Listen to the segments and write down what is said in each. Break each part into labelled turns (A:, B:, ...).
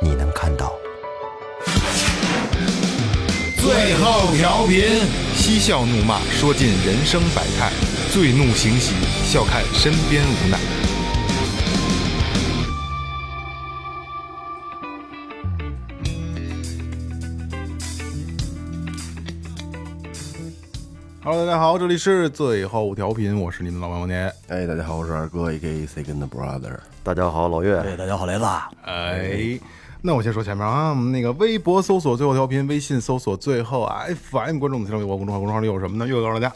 A: 你能看到。
B: 最后调频，
C: 嬉笑怒骂，说尽人生百态；醉怒行喜，笑看身边无奈。Hello，大家好，这里是最后调频，我是你们老王王年。
D: 哎，大家好，我是二哥，A K Second Brother。
E: 大家好，老岳，
F: 啊
C: 哎，那我先说前面啊，那个微博搜索最后调频，微信搜索最后哎 FM，关注我们新浪微博公众号，公众号里有什么呢？又告诉大家，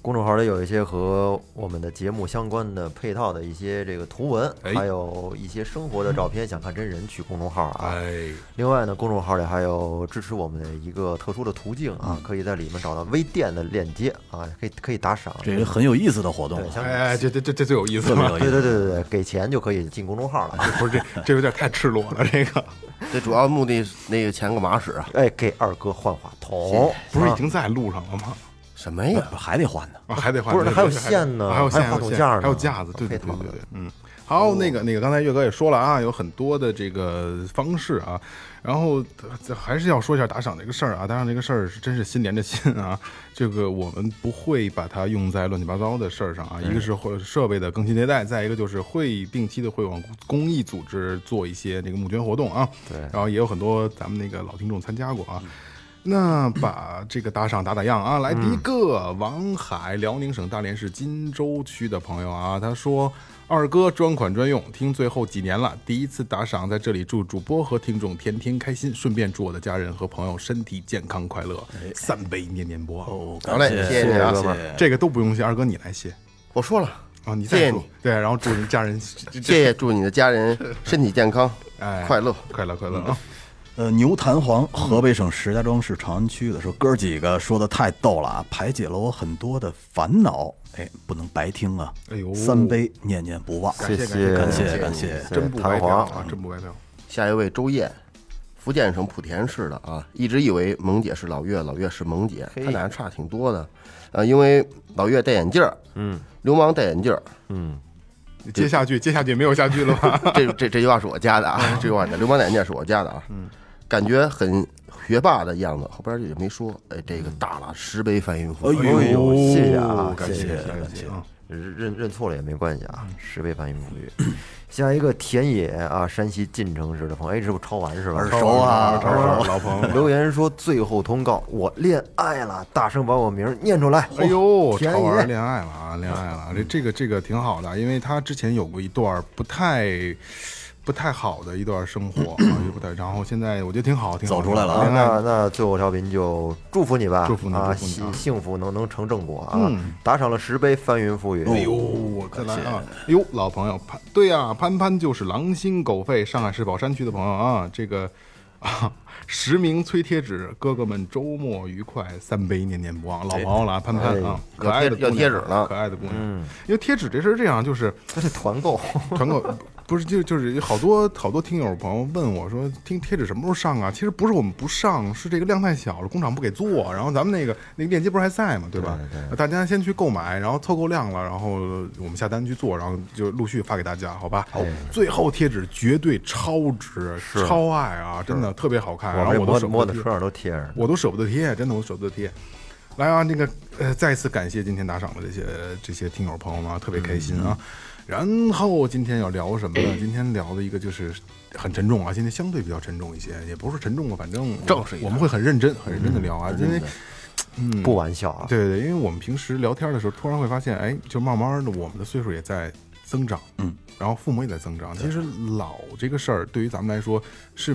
E: 公众号里有一些和我们的节目相关的配套的一些这个图文，
C: 哎
E: 还有一些生活的照片，想看真人去公众号啊。
C: 哎，
E: 另外呢，公众号里还有支持我们的一个特殊的途径
C: 嗯
E: 啊，可以在里面找到微店的链接啊，可以可以打赏。
F: 这是很有意思的活动
E: 对，，想
C: 哎，哎这这这这最有意思
F: 特别
C: 了，
F: 有意
E: 对
F: 思。
E: 对对对对，给钱就可以进公众号了。
C: 不是这这有点太赤裸了，这个
D: 这主要目的是那个钱干嘛使啊？
E: 哎，给二哥换话筒，
C: 不是已
E: 啊
C: 经在路上了吗？
D: 什么呀？
F: 还得换呢，
C: 啊，还得换，
E: 不是
C: 对
E: 还有
C: 对对
E: 线呢
C: 还有线，
E: 还有话筒
C: 线
E: 架呢
C: 还有架子，对对
E: 配
C: 对
E: 套
C: 对
E: 的
C: 对，嗯。好，那个那个，刚才岳哥也说了啊，有很多的这个方式啊，然后呃还是要说一下打赏这个事儿啊，打赏这个事儿是真是心连着心啊，这个我们不会把它用在乱七八糟的事儿上啊，一个是会设备的更新迭代，再一个就是会定期的会往公益组织做一些这个募捐活动啊，对，然后也有很多咱们那个老听众参加过啊。那把这个打赏打打样啊，来第一个，王海，辽宁省大连市金州区的朋友啊，他说：“二哥专款专用，听最后几年了，第一次打赏，在这里祝主播和听众天天开心，顺便祝我的家人和朋友身体健康快乐，三杯念念不忘。
D: 好嘞，谢谢你啊！
C: 这个都不用谢，二哥你来谢
D: 我说了，
C: 啊，你
D: 谢
C: 再
D: 谢
C: 说
D: 你
C: 对，然后祝你家人
D: 谢谢，祝你的家人身体健康，
C: 哎
D: 快乐。
C: 快乐快乐啊！
F: 呃，牛弹簧，河北省石家庄市长安区的说，哥儿几个说的太逗了啊，排解了我很多的烦恼，哎，不能白听啊！
C: 哎呦
F: 三杯念念不忘，
E: 谢
C: 谢
F: 感
E: 谢
F: 谢感谢，
C: 真不白
E: 弹
C: 嫖
E: 簧
C: 啊，真不白嫖。
D: 下一位周燕，福建省莆田市的啊，一直以为萌姐是老岳，老岳是萌姐，他俩差挺多的。呃，因为老岳戴眼镜儿，嗯，流氓戴眼镜儿，
C: 接下句，接下句没有下句了吧？
D: 这这这句话是我加的啊，这句话流氓奶念是我加的啊，感觉很学霸的样子，后边也没说。哎，这个大了十杯翻云
F: 哎
D: 覆雨，
F: 呦，
E: 谢谢啊，
C: 感
E: 谢
C: 谢
E: 谢
C: 感谢啊！
E: 认认错了也没关系啊，十倍翻云覆雨。下一个田野啊，山西晋城市的朋友，哎，这不抄完是吧？
F: 耳熟啊，
C: 超超老朋友，
E: 留言说最后通告，我恋爱了，大声把我名儿念出来。
C: 哎呦，
E: 田
C: 潮
E: 野
C: 儿恋爱了 啊，恋爱了啊，这这个这个挺好的，因为他之前有过一段不太。不太好的一段生活啊， 也不太，然后现在我觉得挺好，挺好
F: 走出来了啊
E: 啊
C: 恋，爱
E: 那那最后调频就祝福你吧，
C: 祝福你
E: 啊，
C: 祝福你啊嗯
E: 幸幸福能能成正果啊！打赏了十杯翻云覆雨，
C: 哎呦，我再来啊！哎呦，老朋友潘，对呀、潘潘就是狼心狗肺，上海市宝山区的朋友啊，这个啊，实名催贴纸，哥哥们周末愉快，三杯念念不忘，老朋友了啊，潘潘啊，可爱的
D: 哎要贴要
C: 姑娘
D: 贴纸了嗯
C: 可爱的姑娘，因为贴纸这事儿这样就是。
E: 这是团购，
C: 团购不是就就是有好多好多听友朋友问我说，听贴纸什么时候上啊？其实不是我们不上，是这个量太小了，工厂不给做。然后咱们那个那个链接不是还在嘛，对吧？大家先去购买，然后凑够量了，然后我们下单去做，然后就陆续发给大家，好吧？好，最后贴纸绝对超值，超爱啊，真的特别好看。然后
E: 这
C: 哎我都
E: 摸
C: 舍不
E: 摸
C: 得
E: 的
C: 贴
E: 车上都贴着。
C: 我都舍不得贴，真的我舍不得贴。来啊，那个呃，再次感谢今天打赏的这些这些听友朋友们啊，特别开心啊。然后今天要聊什么呢？今天聊的一个就是很沉重啊，今天相对比较沉重一些，也不是沉重吧，反正正式我们会很认真、很认真的聊啊，因为
E: 不玩笑啊，
C: 对对对，因为我们平时聊天的时候，突然会发现，哎，就慢慢的我们的岁数也在增长，嗯，然后父母也在增长。其实老这个事儿对于咱们来说是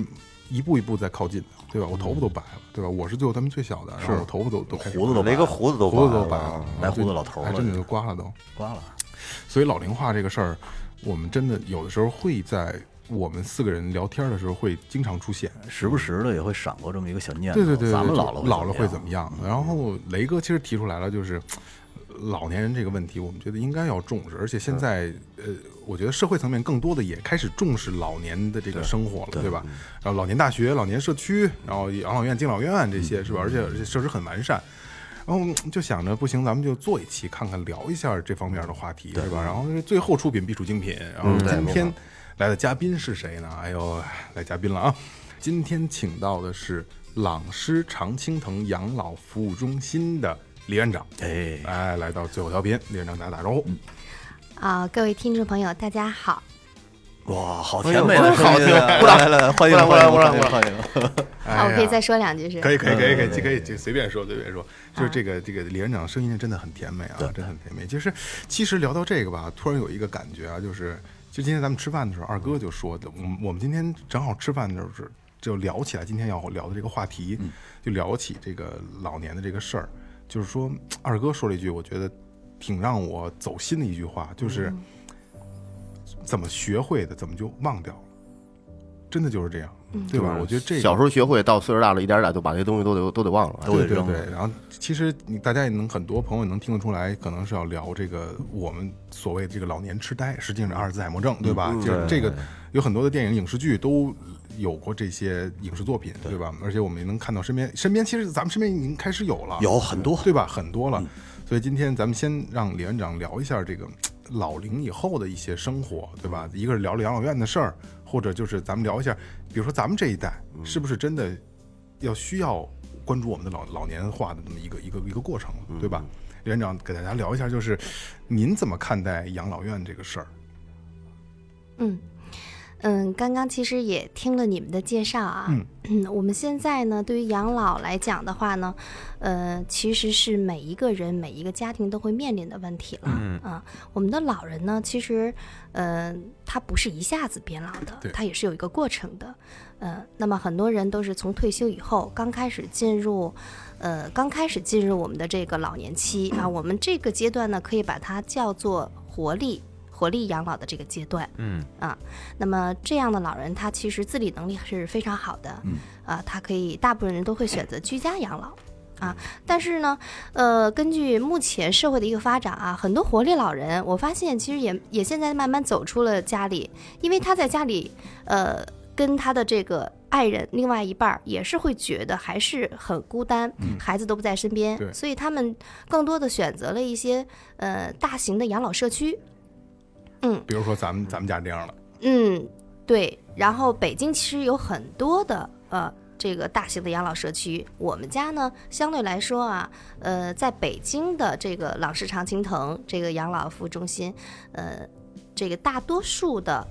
C: 一步一步在靠近的，对吧？我头发都白了，对吧？我是最后他们最小的，然后我头发都都开始
F: 胡子都
E: 连个胡子都
C: 胡子
E: 刮
C: 都
E: 了
C: 白了，
F: 白胡子老头儿
C: 还
F: 了
C: 真的就刮了都。
F: 刮了，
C: 所以老龄化这个事儿，我们真的有的时候会在我们四个人聊天的时候会经常出现。
F: 时不时的也会闪过这么一个小念头，
C: 对对对，对
F: 咱们
C: 就
F: 老了
C: 老了会怎
F: 么
C: 么样？然后雷哥其实提出来了，就是老年人这个问题，我们觉得应该要重视，而且现在呃，我觉得社会层面更多的也开始重视老年的这个生活了，对吧？然后老年大学、老年社区，然后养老院、敬老院这些是吧？而且而且设施很完善。然后就想着不行，咱们就做一期看看，聊一下这方面的话题，对吧？然后是最后出品必属精品。然后今天来的嘉宾是谁呢？哎呦，来嘉宾了啊！今天请到的是朗诗常青藤养老服务中心的李院长，
F: 哎
C: 哎，来到最后调频，李院长给大家打招呼。
G: 啊、各位听众朋友，大家好。
F: 哇，好
E: 哎呦
F: 甜美的声音啊，
E: 鼓掌来来来，欢迎
D: 过来过来
E: 欢迎
D: 过来
E: 欢迎欢迎。
G: 啊，
C: 哎
G: 我可以
C: 呀
G: 再说两句是吧？
C: 可以可以可以可以可以可以就随便说随便说，就是这个这个李院长声音真的很甜美啊，真的很甜美。其实其实聊到这个吧，突然有一个感觉啊，就是就今天咱们吃饭的时候，二哥就说的，我们我们今天正好吃饭的时候是就聊起来今天要聊的这个话题，就聊起这个老年的这个事儿，就是说二哥说了一句，我觉得挺让我走心的一句话，就是怎么学会的，怎么就忘掉了，真的就是这样，对吧？我觉得这个
D: 小时候学会，到岁数大了，一点儿点儿就把这东西都得都得忘了。
C: 对对对，然后其实你大家也能很多朋友也能听得出来，可能是要聊这个我们所谓这个老年痴呆，实际上是阿尔兹海默症，对吧？就是这个有很多的电影、影视剧都有过这些影视作品，对吧？而且我们也能看到身边身边，其实咱们身边已经开始有了，
F: 有很多
C: 对吧？很多了。所以今天咱们先让李院长聊一下这个老龄以后的一些生活，对吧？一个是聊聊养老院的事儿，或者就是咱们聊一下，比如说咱们这一代是不是真的要需要关注我们的老老年化的这么一个一个一个过程，
G: 嗯
C: 对吧？李院长给大家聊一下，就是您怎么看待养老院这个事儿？
G: 嗯嗯，刚刚其实也听了你们的介绍啊。嗯我们现在呢，对于养老来讲的话呢，呃，其实是每一个人、每一个家庭都会面临的问题了。嗯啊，我们的老人呢，其实呃，他不是一下子变老的
C: 对，
G: 他也是有一个过程的。呃，那么很多人都是从退休以后刚开始进入。呃，刚开始进入我们的这个老年期啊，我们这个阶段呢，可以把它叫做活力活力养老的这个阶段。啊，那么这样的老人，他其实自理能力是非常好的，啊，他可以大部分人都会选择居家养老。啊，但是呢，呃，根据目前社会的一个发展啊，很多活力老人，我发现其实也也现在慢慢走出了家里，因为他在家里，呃，跟他的这个爱人另外一半儿也是会觉得还是很孤单，孩子都不在身边
C: 对，
G: 所以他们更多的选择了一些呃大型的养老社区，嗯，
C: 比如说咱们咱们家这样的，
G: 嗯，对。然后北京其实有很多的呃这个大型的养老社区，我们家呢相对来说啊，呃，在北京的这个朗诗常青藤这个养老服务中心，呃，这个大多数的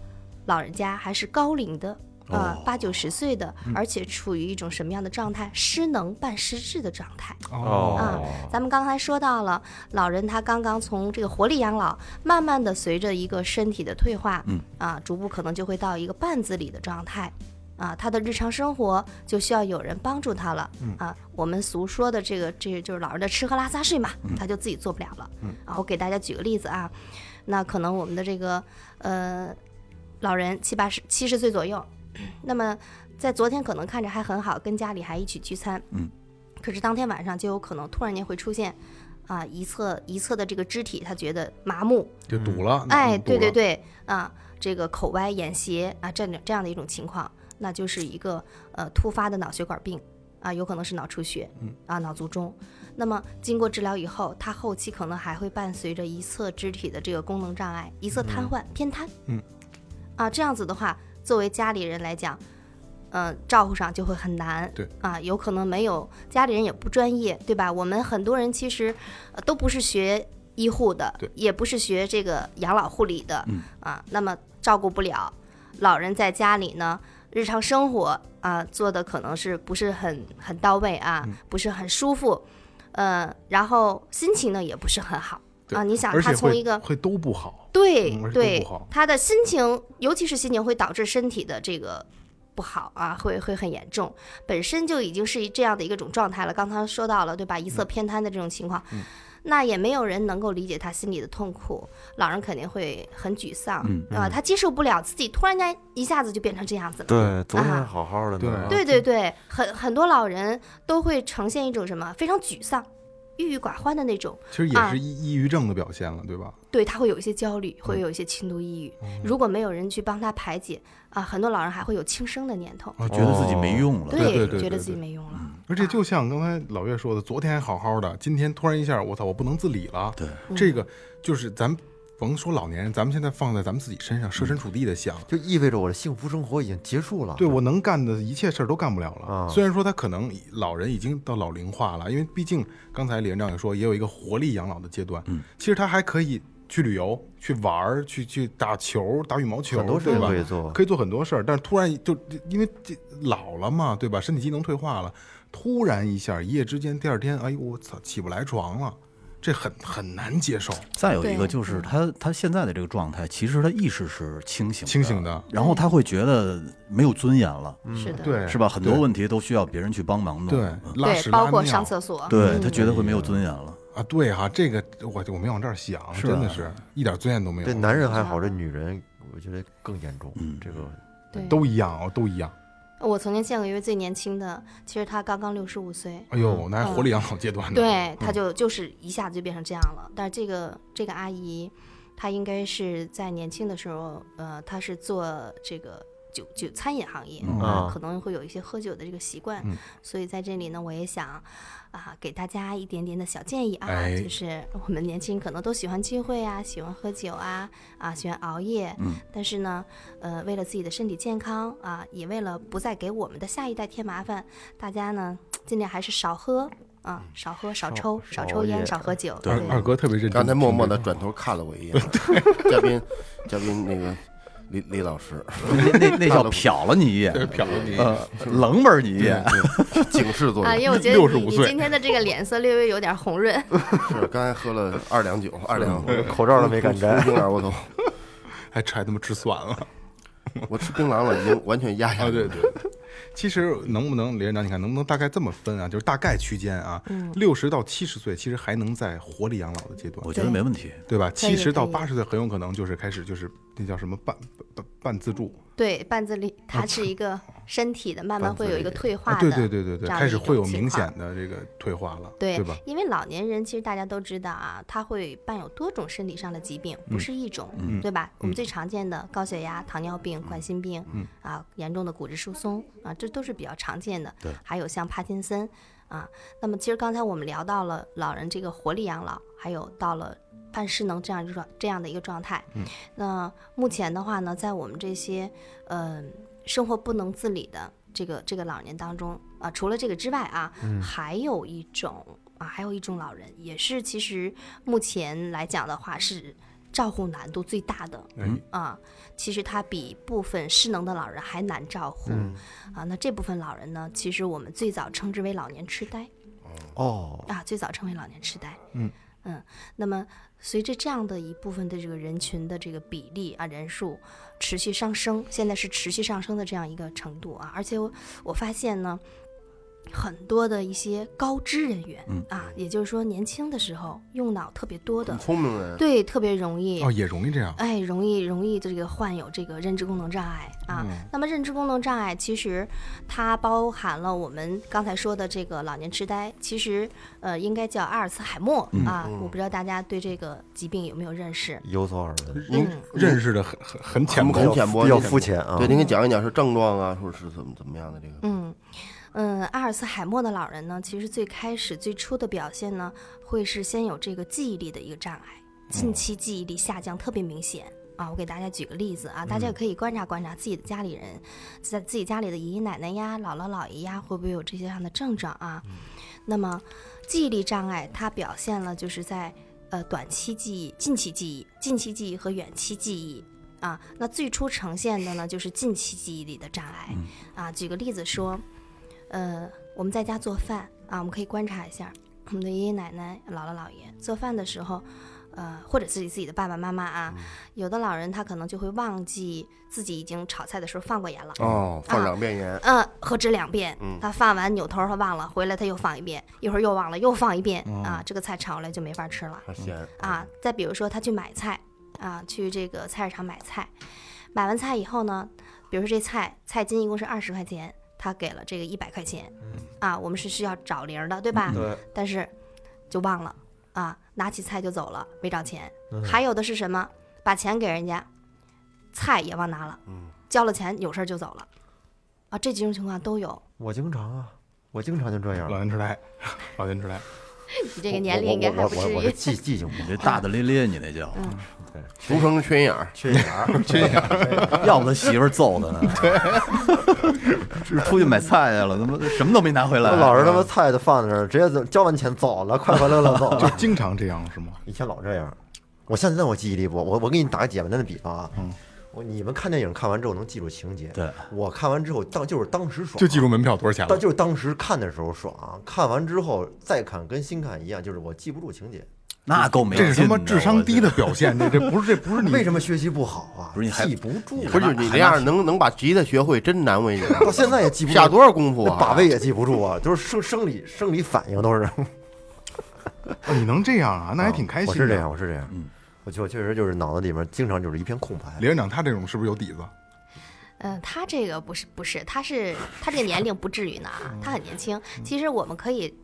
G: 老人家还是高龄的。啊，八九十岁的，而且处于一种什么样的状态？失能半失智的状态。
E: 哦
C: 哦
G: 啊，咱们刚才说到了，老人他刚刚从这个活力养老，慢慢的随着一个身体的退化，嗯啊，逐步可能就会到一个半自理的状态。啊，他的日常生活就需要有人帮助他了。啊，我们俗说的这个，这就是老人的吃喝拉撒睡嘛，他就自己做不了了。啊，我给大家举个例子啊，那可能我们的这个呃老人七八十七十岁左右，那么在昨天可能看着还很好，跟家里还一起聚餐，可是当天晚上就有可能突然间会出现，啊，一侧一侧的这个肢体他觉得麻木，
C: 就堵了。
G: 哎，
C: 堵
G: 对对
C: 了，
G: 对，啊，这个口歪眼斜啊，这样这样的一种情况，那就是一个呃突发的脑血管病啊，有可能是脑出血，啊，脑卒中。那么经过治疗以后，他后期可能还会伴随着一侧肢体的这个功能障碍，一侧瘫痪、偏瘫，
C: 嗯，
G: 啊，这样子的话，作为家里人来讲。呃，照顾上就会很难，
C: 对
G: 啊，有可能没有家里人也不专业，对吧？我们很多人其实、呃都不是学医护的
C: 对，嗯
G: 也不是学这个养老护理的，啊，那么照顾不了老人在家里呢，日常生活啊做的可能是不是很很到位啊，
C: 嗯
G: 不是很舒服，呃，然后心情呢也不是很好
C: 对
G: 啊。你想
C: 而且
G: 他从
C: 会
G: 一个
C: 会都不好，
G: 对
C: 嗯而且都
G: 对
C: 不好，
G: 他的心情，尤其是心情会导致身体的这个不好啊，会会很严重。本身就已经是一这样的一个种状态了，刚才说到了对吧？一侧偏瘫的这种情况，那也没有人能够理解他心里的痛苦，老人肯定会很沮丧，
F: 嗯
G: 啊，他接受不了自己突然间一下子就变成这样子了。
E: 对，昨
G: 啊
E: 天好好的呢，
G: 对对对，很很多老人都会呈现一种什么非常沮丧、郁郁寡欢的那种，
C: 其实也
G: 啊
C: 是抑抑郁症的表现了，对吧？
G: 对他会有一些焦虑，
C: 嗯
G: 会有一些轻度抑
C: 哦
G: 郁。如果没有人去帮他排解啊，很多老人还会有轻生的念头，
C: 啊，
F: 觉得自己没用了，
C: 对对对
G: 觉得
C: 对
G: 自己
C: 对
G: 没用了。
C: 而且就像刚才老岳说的，昨天还好好的，今天突然一下，我操，我不能自理了。
F: 对，
C: 这个就是咱甭说老年人，咱们现在放在咱们自己身上，
G: 嗯
C: 设身处地的想，
E: 就意味着我的幸福生活已经结束了。
C: 对我能干的一切事儿都干不了了。
E: 啊
C: 虽然说他可能老人已经到老龄化了，因为毕竟刚才李院长也说，也有一个活力养老的阶段。嗯，其实他还可以去旅游、去玩儿、去去打球、打羽毛球，
E: 很多事
C: 对
E: 情
C: 吧？
E: 可以做，
C: 可以做很多事儿，但是突然就因为这老了嘛，对吧？身体机能退化了，突然一下一夜之间，第二天，哎呦我操，起不来床了，这很很难接受。
F: 再有一个
G: 对
F: 就是他他现在的这个状态，其实他意识是清醒
C: 清醒的，
F: 然后他会觉得没有尊严了，
G: 是的，
C: 嗯对，
F: 是吧？很多
C: 对
F: 问题都需要别人去帮忙弄。嗯
C: 对拉
G: 对，
C: 屎
G: 包
C: 拉
G: 括
C: 尿
G: 上厕所，嗯
F: 对他觉得会没有尊严了。
C: 啊，对哈、这个我我没往这儿想，
F: 是啊
C: 真的是一点尊严都没有。
E: 这男人还好，这
G: 嗯
E: 女人我觉得更严重。这个
G: 对。
C: 都一样哦，都一样。
G: 我曾经见过一位最年轻的，其实他刚刚六十五岁，
C: 哎呦，
F: 嗯
C: 那还活力养老阶段呢。
G: 对，他就就是一下子就变成这样了。但是这个这个阿姨，她应该是在年轻的时候，呃，她是做这个酒酒餐饮行业
E: 啊
G: 啊、可能会有一些喝酒的这个习惯，所以在这里呢，我也想啊，给大家一点点的小建议啊，
C: 哎
G: 就是我们年轻人可能都喜欢聚会啊，喜欢喝酒啊，啊，喜欢熬夜，嗯，但是呢，呃，为了自己的身体健康啊，也为了不再给我们的下一代添麻烦，大家呢尽量还是少喝啊，
C: 嗯
G: 少喝、少抽、
E: 少
G: 少抽
E: 熬夜
G: 烟、少喝酒。
C: 二二哥特别认真，
D: 刚才默默的转头看了我一眼，嘉宾，嘉宾那个李李老师
C: 嗯
F: 那那那叫瞟了你一眼，
C: 瞟了你。
D: 嗯
F: 呃，冷门你一眼。
D: 警示作
G: 啊，
D: 用
G: 因为我觉得
C: 65
G: 你你
C: 岁
G: 今天的这个脸色略微有点红 润，
D: 是刚才喝了二两酒，二两
E: 口罩都没敢摘
D: 吃冰榔我都
C: 还还他妈吃蒜了。
D: 我吃槟榔了，已经完全压下
C: 啊，
D: 去了
C: 对对。其实能不能，李院长，你看能不能大概这么分啊？就是大概区间啊，
G: 嗯
C: 六十到七十岁其实还能在活力养老的阶段
F: 我，觉得没问题，
C: 对吧？
G: 可以
C: 七十到
G: 可以
C: 八十岁很有可能就是开始就是那叫什么半半半自助，
G: 对，半自立，它是一个身体的，慢慢会有一个退化
C: 啊，
G: 的，
C: 对对对对对，
G: 这样
C: 开
G: 的
C: 始
G: 一种
C: 会有
G: 情
C: 明
G: 况
C: 显的这个退化了，
G: 对，
C: 对吧？
G: 因为老年人其实大家都知道啊，他会伴有多种身体上的疾病，不是一种，对吧？我们最常见的高血压、糖尿病、冠心病，啊，严重的骨质疏松啊，这都是比较常见的。对，还有像帕金森啊，那么其实刚才我们聊到了老人这个活力养老，还有到了。半失能这样一种这样的一个状态，嗯、那目前的话呢，在我们这些嗯、生活不能自理的这个这个老年当中啊、除了这个之外啊，还有一种啊，还有一种老人，也是其实目前来讲的话是照顾难度最大的
C: 哎，
G: 啊。其实他比部分失能的老人还难照顾、啊。那这部分老人呢，其实我们最早称之为老年痴呆
E: 哦，
G: 啊，最早称为老年痴呆。
C: 嗯
G: 嗯，那么随着这样的一部分的这个人群的这个比例啊人数持续上升，现在是持续上升的这样一个程度啊，而且我我发现呢，很多的一些高知人员、
C: 嗯
G: 啊，也就是说年轻的时候用脑特别多的
D: 很，聪明的，
G: 对，特别容易。
C: 哦，也容易这样，
G: 哎，容易容易这个患有这个认知功能障碍啊。那么认知功能障碍其实它包含了我们刚才说的这个老年痴呆，其实呃应该叫阿尔茨海默、啊。我不知道大家对这个疾病有没有认识？嗯
E: 有所耳闻。
D: 您
C: 认识的很很很浅
D: 很
C: 薄，
D: 很浅薄，
E: 比较
D: 很
E: 肤浅啊
D: 对，您给讲一讲是症状啊，说是怎么怎么样的这个，
G: 嗯嗯，阿尔茨海默的老人呢，其实最开始最初的表现呢，会是先有这个记忆力的一个障碍，近期记忆力下降特别明显。啊，我给大家举个例子啊，大家也可以观察观察自己的家里人，在自己家里的爷爷奶奶呀、姥姥姥爷呀，会不会有这些样的症状啊？那么，记忆力障碍它表现了就是在呃短期记忆、近期记忆、近期记忆和远期记忆啊。那最初呈现的呢，就是近期记忆力的障碍、啊。举个例子说，呃，我们在家做饭啊，我们可以观察一下我们的爷爷奶奶、姥姥姥爷做饭的时候，呃，或者自己自己的爸爸妈妈啊，有的老人他可能就会忘记自己已经炒菜的时候放过盐了。
D: 哦，放两遍盐，
G: 嗯，何止两遍，他放完扭头他忘了，回来他又放一遍，一会儿又忘了，又放一遍啊，这个菜炒出来就没法吃了
D: 还咸。
G: 啊。再比如说他去买菜啊，去这个菜市场买菜，买完菜以后呢，比如说这菜菜斤一共是二十块钱，他给了这个一百块钱，啊，我们是需要找零儿的，对吧？
E: 嗯对，
G: 但是就忘了啊，拿起菜就走了，没找钱。
E: 嗯
G: 还有的是什么？把钱给人家，菜也忘拿了，
E: 嗯
G: 交了钱有事儿就走了，啊，这几种情况都有。
E: 我经常啊，我经常就这样
C: 老。年痴呆，老年痴呆。
G: 你这个年龄应该还
E: 我
G: 不
E: 我
G: 至
E: 我我 这
G: 于。
E: 记记性不
F: 你
E: 好，
F: 这大大咧咧，你那叫，
D: 俗称缺心眼儿。
E: 缺眼儿，
F: 要不他媳妇儿揍他 呢。是 出去买菜去了，怎么什么都没拿回来？
E: 我 老是他妈菜都放在那儿，直接走交完钱走了，快快乐乐走
C: 就
E: 了。
C: 经常这样是 吗？
E: 以前老这样，我现在我记忆力不，我我给你打个简单的比方啊，我你们看电影看完之后能记住情节，
F: 对
E: 我看完之后当就是当时爽，
C: 就记住门票多少钱
E: 但
C: 了？
E: 就是当时看的时候爽，啊看完之后再看跟新看一样，就是我记不住情节。
F: 那够没劲
C: 这
F: 的
C: 是他妈智商低的，表 现，这这不是这不是你
E: 为什么学习不好啊？
F: 不是你还
E: 记不住，
D: 不是你这样能能把吉他学会，真难为你了。啊
E: 到现在也记不 住
D: 下多少功夫
E: 那
D: 啊？
E: 把位也记不住啊，就是生生理生理反应都是。
C: 哦你能这样啊？那还挺开心。
E: 我是这样，。我是这样，嗯，我确我确实就是脑子里面经常就是一片空白
C: 李。院长他这种是不是有底子？
G: 嗯，他这个不是不是，他是他这个年龄不至于呢啊，他很年轻。其实我们可以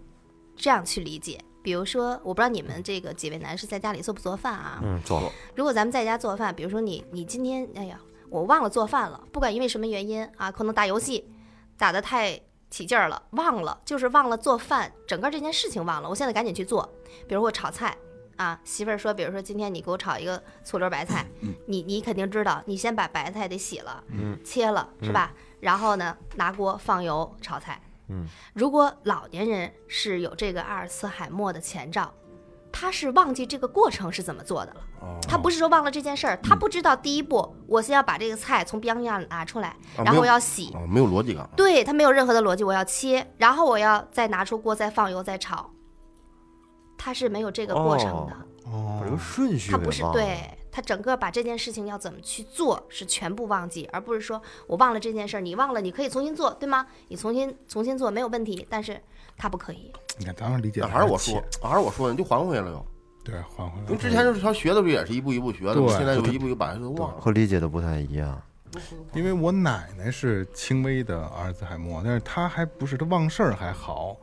G: 这样去理解，比如说，我不知道你们这个几位男士在家里做不做饭啊？
E: 嗯，做了，
G: 如果咱们在家做饭，比如说你你今天哎呀，我忘了做饭了，不管因为什么原因啊，可能打游戏打得太起劲儿了，忘了，就是忘了做饭，整个这件事情忘了。我现在赶紧去做，比如我炒菜。啊，媳妇儿说，比如说今天你给我炒一个醋溜白菜，
D: 嗯
G: 你你肯定知道，你先把白菜得洗了，切了
D: 嗯
G: 是吧？然后呢，拿锅放油炒菜。
E: 嗯，
G: 如果老年人是有这个阿尔茨海默的前兆，他是忘记这个过程是怎么做的了。
D: 哦
G: 他不是说忘了这件事儿，
D: 嗯
G: 他不知道第一步，我先要把这个菜从冰箱里拿出来，然后我要洗。
D: 哦，没有逻辑感。
G: 对他没有任何的逻辑，我要切，然后我要再拿出锅，再放油，再炒。他是没有这个过程的，
E: 把这个顺序
G: 他
E: 给
G: 不是
E: 忘了
G: 对他整个把这件事情要怎么去做是全部忘记，而不是说我忘了这件事儿，你忘了你可以重新做，对吗？你重新重新做没有问题，但是他不可以。
C: 你看，咱们理解
D: 那
C: 的
D: 还是我
C: 浅
D: 说，还是我说的，你就还回来了又。
C: 对，换回来。
D: 您之前就是他学的时候也是一步一步学的，
C: 对
D: 现在就一步一步把它都忘了。
E: 和理解的不太一样。
C: 因为我奶奶是轻微的阿尔兹海默，但是她还不是她忘事儿还好，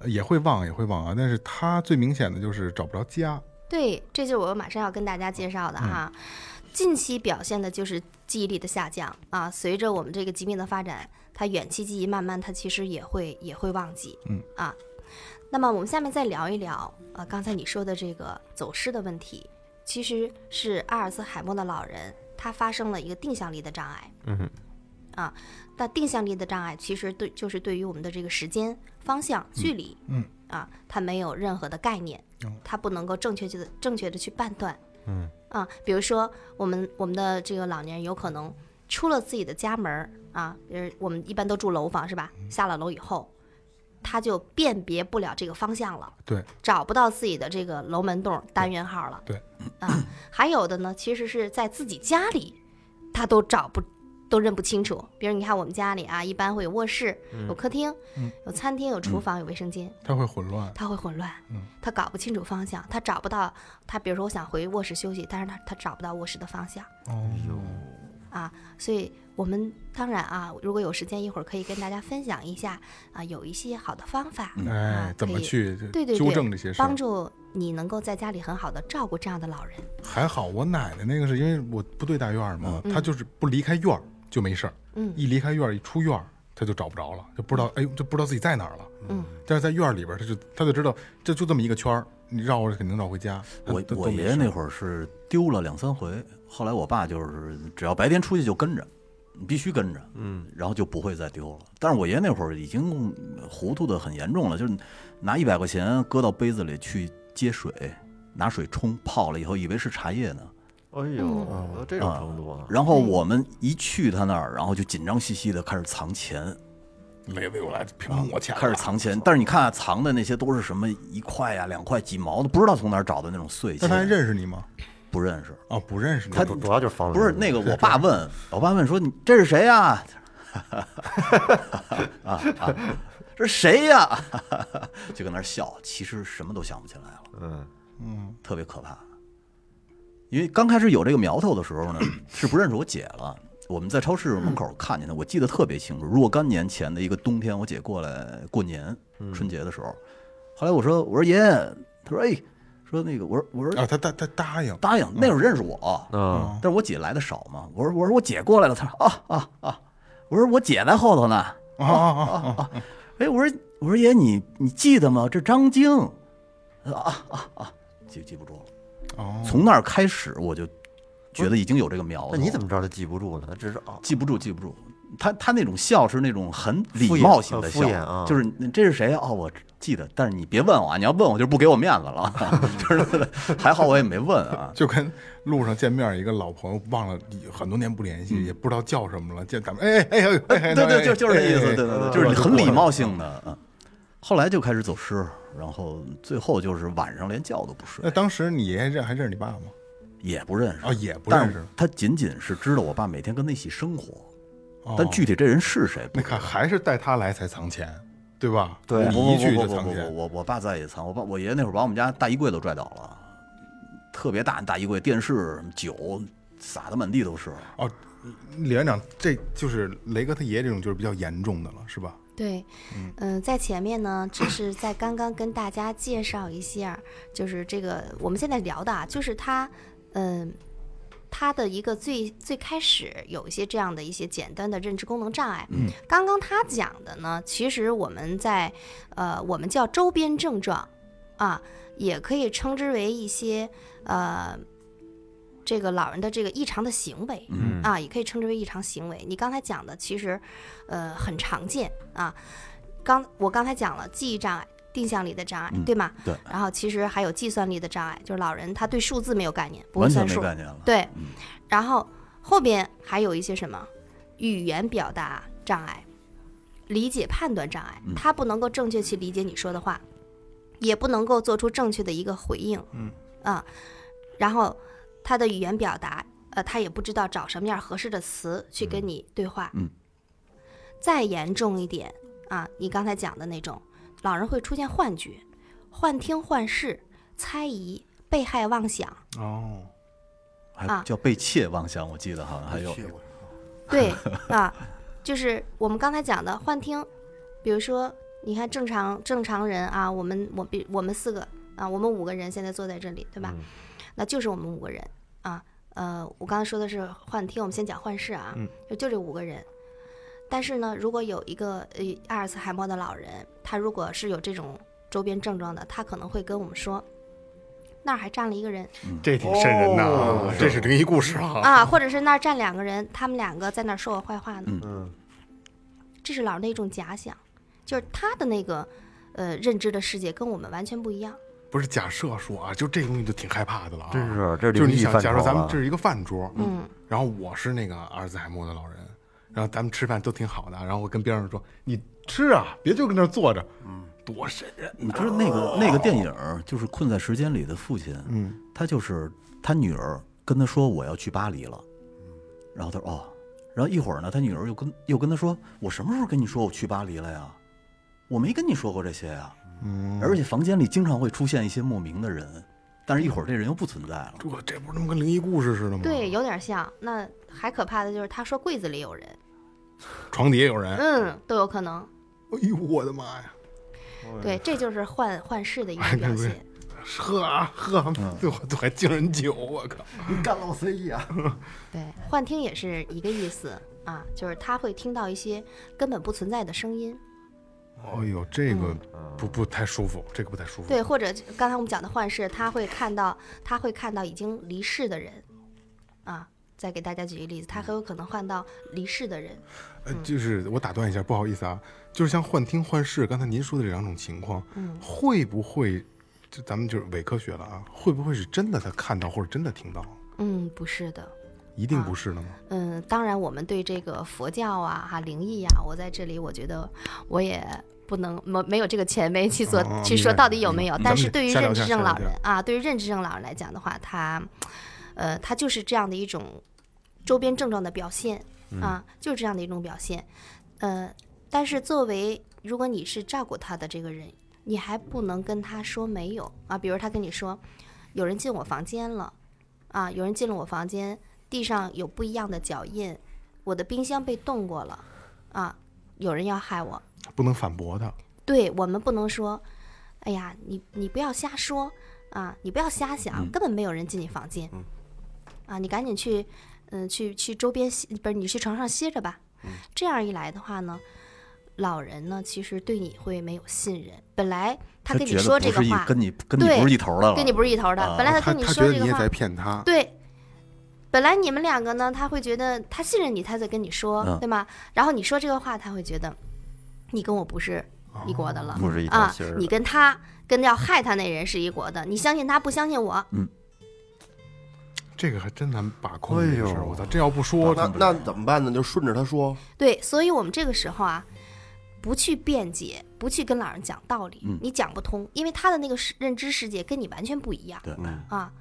C: 呃也会忘也会忘啊。但是她最明显的就是找不着家，
G: 对，这就是我马上要跟大家介绍
C: 嗯
G: 的哈。近期表现的就是记忆力的下降啊，随着我们这个疾病的发展，它远期记忆慢慢它其实也会也会忘记，
C: 嗯
G: 啊。那么我们下面再聊一聊啊，刚才你说的这个走失的问题，其实是阿尔茨海默的老人他发生了一个定向力的障碍，
E: 嗯，
G: 啊，那定向力的障碍其实对就是对于我们的这个时间、方向、距离，
C: 嗯
G: 啊，他没有任何的概念，他不能够正确的正确的去判断。
E: 嗯
G: 啊，比如说我们我们的这个老年人有可能出了自己的家门儿啊，比如我们一般都住楼房是吧？
C: 嗯
G: 下了楼以后，他就辨别不了这个方向了，
C: 对，
G: 找不到自己的这个楼门洞单元号了。
C: 对
G: 啊，还有的呢，其实是在自己家里，他都找不。都认不清楚，比如你看我们家里啊，一般会有卧室、
C: 嗯
G: 有客厅、有餐厅、有厨房、有卫生间，
C: 她会混乱。
G: 他会混乱，他搞不清楚方向，他找不到他，比如说我想回卧室休息，但是他他找不到卧室的方向
E: 哎
C: 哦，
G: 啊，所以我们当然啊，如果有时间，一会儿可以跟大家分享一下啊，有一些好的方法，啊
C: 哎，怎么？去
G: 可以对对对，
C: 纠正这些事儿
G: 帮？助你能够在家里很好的照顾这样的老人。
C: 还好我奶奶那个是因为我部队大院儿嘛，她就是不离开院儿就没事儿，
G: 嗯
C: 一离开院儿一出院儿她就找不着了，就不知道哎呦就不知道自己在哪儿了。
G: 嗯，
C: 但是在院儿里边儿她就她就知道这就这么一个圈儿，你绕着肯定绕回家。
F: 我
C: 都
F: 我呃爷爷那会儿是丢了两三回，后来我爸就是只要白天出去就跟着，你必须跟着，嗯，然后就不会再丢了。但是我爷爷那会儿已经糊涂的很严重了，就是拿一百块钱搁到杯子里去接水，拿水冲泡了以后，以为是茶叶呢。
E: 哎
G: 嗯
E: 呦，到这
F: 嗯
E: 种程度啊！
F: 然后我们一去他那儿，然后就紧张兮兮的开始藏钱，
C: 没为我来凭磨钱了，
F: 开始藏钱。但是你看、啊、藏的那些都是什么一块呀、啊两块、几毛的，不知道从哪儿找的那种碎
C: 那
F: 钱。
C: 他还认识你吗？
F: 不认识，
C: 哦，不认识你。
E: 主主要就是防嗯
F: 不是那个我爸问，我爸问说你这是谁呀、 啊？啊啊，这是谁呀、 就搁那儿笑，其实什么都想不起来了。
E: 嗯
F: 特别可怕。因为刚开始有这个苗头的时候呢，是不认识我姐了。我们在超市门口看见她，我记得特别清楚。若干年前的一个冬天，我姐过来过年，
E: 嗯
F: 春节的时候，后来我说我说爷爷，她说哎，说那个我说我
C: 啊，
F: 说
C: 他他他答应，
F: 答应，那会儿认识我，
E: 啊
F: 但是我姐来的少嘛。我说我说我姐过来了，她说啊啊啊，我说我姐在后头呢。
C: 啊啊啊！
F: 啊啊！哎，我说我说爷你你记得吗？这张晶，啊啊啊，记记不住了。
C: 哦，
F: 从那儿开始我就觉得已经有这个苗头。
E: 那你怎么知道他记不住呢？他只是哦，
F: 记不住？记不住。他他那种笑是那种很礼貌性的笑，
E: 敷衍啊
F: 就是你这是谁啊？哦，我记得，但是你别问我啊，你要问我就不给我面子了。 就是还好我也没问啊。
C: 就跟路上见面一个老朋友，忘了很多年不联系，也不知道叫什么了，见咱们哎哎哎哎哎，
F: 嗯对对，就就是这意思，对
C: 哎哎哎
F: 对对，就是你很礼貌性的。嗯，后来就开始走失，然后最后就是晚上连觉都不睡
C: 那，哎当时你爷爷认还认识你爸吗？
F: 也不认识
C: 哦也不
F: 但
C: 认识
F: 他仅仅是知道我爸每天跟他一起生活，
C: 哦
F: 但具体这人是谁不
C: 那看还是带他来才藏钱，对吧？
E: 对
C: 你一
F: 不
C: 句
F: 不
C: 就
F: 不不
C: 藏
F: 不，
C: 钱，
F: 我我爸在也藏，我爸我爷爷那会儿把我们家大衣柜都拽倒了，特别大的大衣柜，电视、酒撒的满地都是。
C: 哦，李院长，这就是雷哥他爷这种就是比较严重的了，是吧？
G: 对，嗯、在前面呢，这是在刚刚跟大家介绍一下，就是这个我们现在聊的啊，就是他，嗯、他的一个最最开始有一些这样的一些简单的认知功能障碍。嗯，刚刚他讲的呢，其实我们在呃，我们叫周边症状啊，也可以称之为一些呃。这个老人的这个异常的行为，嗯啊，也可以称之为异常行为。你刚才讲的其实，呃，很常见啊。刚我刚才讲了记忆障碍、定向力的障碍，对吗？
F: 嗯对。
G: 然后其实还有计算力的障碍，就是老人他对数字没有概念，不会
F: 完
G: 算
F: 全没
G: 数，
F: 概念了。嗯
G: 对，然后后边还有一些什么语言表达障碍、理解判断障碍，
F: 嗯
G: 他不能够正确去理解你说的话，也不能够做出正确的一个回应。嗯啊，然后他的语言表达，呃，他也不知道找什么样合适的词去跟你对话。
F: 嗯
G: 再严重一点啊，你刚才讲的那种，老人会出现幻觉、幻听、幻视、猜疑、被害妄想。
C: 哦，
F: 还
G: 啊
F: 叫被窃妄想，我记得好像还有
G: 对啊，就是我们刚才讲的幻听，比如说，你看正常正常人啊，我们我比我们四个啊，我们五个人现在坐在这里，对吧？那就是我们五个人啊。呃，我刚才说的是幻听，我们先讲幻视啊，就就这五个人。但是呢，如果有一个呃阿尔茨海默的老人，他如果是有这种周边症状的，他可能会跟我们说，那儿还站了一个人，
F: 嗯
H: 这挺瘆人
F: 啊
E: 哦
H: 的，这是灵异故事啊。
G: 啊，或者是那儿站两个人，他们两个在那儿说我坏话呢。嗯，这是老人的一种假想，就是他的那个呃认知的世界跟我们完全不一样。
C: 不是假设说啊，就这东西就挺害怕的了啊。
E: 真是这是
C: 就是
E: 灵
C: 你
E: 异
C: 想，
E: 范畴啊
C: 假如咱们
E: 了
C: 这是一个饭桌，
G: 嗯，
C: 然后我是那个阿尔兹海默的老人，然后咱们吃饭都挺好的，然后我跟边上说：“你吃啊，别就跟那儿坐着，嗯，多瘆人
F: 你知道那个那个电影儿就是《困在时间里的父亲》，哦嗯，他就是他女儿跟他说我要去巴黎了，然后他说哦，然后一会儿呢，他女儿又跟又跟他说我什么时候跟你说我去巴黎了呀？我没跟你说过这些呀，嗯，而且房间里经常会出现一些莫名的人，但是一会儿这人又不存在了！”，
C: 这这不是他妈跟灵异故事似的吗？
G: 对，，有点像。那还可怕的就是他说柜子里有人，
C: 床底下有人。
G: 嗯，都有可能。
C: 哎呦，我的妈呀！
G: 对，这就是幻幻视的一个表现。
C: 喝啊喝啊， 最后还敬人酒，我靠！
E: 干老随意啊！
G: 对，幻听也是一个意思啊，就是他会听到一些根本不存在的声音。
C: 哎呦，这个
E: 嗯
C: 不不太舒服，这个不太舒服。呃
G: 对，或者就刚才我们讲的幻视，他会看到，他会看到已经离世的人，啊，再给大家举个例子，他很有可能换到离世的人，
C: 呃，就是我打断一下，不好意思啊，就是像幻听、幻视，刚才您说的这两种情况，
G: 嗯
C: 会不会就咱们就是伪科学了啊？会不会是真的他看到或者真的听到？
G: 嗯，不是的，
C: 一定不是的吗？
G: 嗯，当然，我们对这个佛教啊、哈灵异啊，我在这里，我觉得我也不能没没有这个权威去做、
C: 哦
G: 去说
C: 明白
G: 到底有没有
C: 嗯。
G: 但
C: 咱
G: 是
C: 们
G: 对于
C: 下聊
G: 认知
C: 下
G: 症
C: 下聊
G: 老人啊，对于认知症老人来讲的话，他，呃，他就是这样的一种周边症状的表现
C: 嗯
G: 啊，就是这样的一种表现。呃，但是作为如果你是照顾他的这个人，你还不能跟他说没有啊。比如他跟你说，有人进我房间了，啊，有人进了我房间，地上有不一样的脚印，我的冰箱被动过了，啊，有人要害我。
C: 不能反驳他，
G: 对我们不能说，哎呀，你你不要瞎说啊，你不要瞎想，根本没有人进你房间，啊，你赶紧去，嗯、去去周边歇，不是你去床上歇着吧。这样一来的话呢，老人呢其实对你会没有信任，本来他跟你
F: 觉得
G: 说
F: 不
G: 这个
F: 是一
G: 话，
F: 跟你跟你不是一头的了，
G: 跟你不是一头的，
F: 啊
G: 本来
C: 他
G: 跟你
C: 他
G: 说
C: 觉得
G: 这
C: 你
G: 个
C: 也
G: 话
C: 在，骗
E: 啊
C: 他，
G: 对，本来你们两个呢，他会觉得他信任你，他在跟你说，
F: 嗯
G: 对吗？然后你说这个话，他会觉得你跟我不是一国的了，
E: 哦不是一条
G: 啊
E: 心儿，的
G: 你跟他跟要害他那人是一国的，你相信他不相信我？
E: 嗯
C: 这个还真难把控。
E: 哎
C: 这个事儿，
E: 呦
C: 我操，这要不说，
D: 那那怎么办呢？就顺着他说，
G: 对，所以我们这个时候啊，不去辩解，不去跟老人讲道理，
E: 嗯
G: 你讲不通，因为他的那个世认知世界跟你完全不一样。
F: 对，
G: 啊，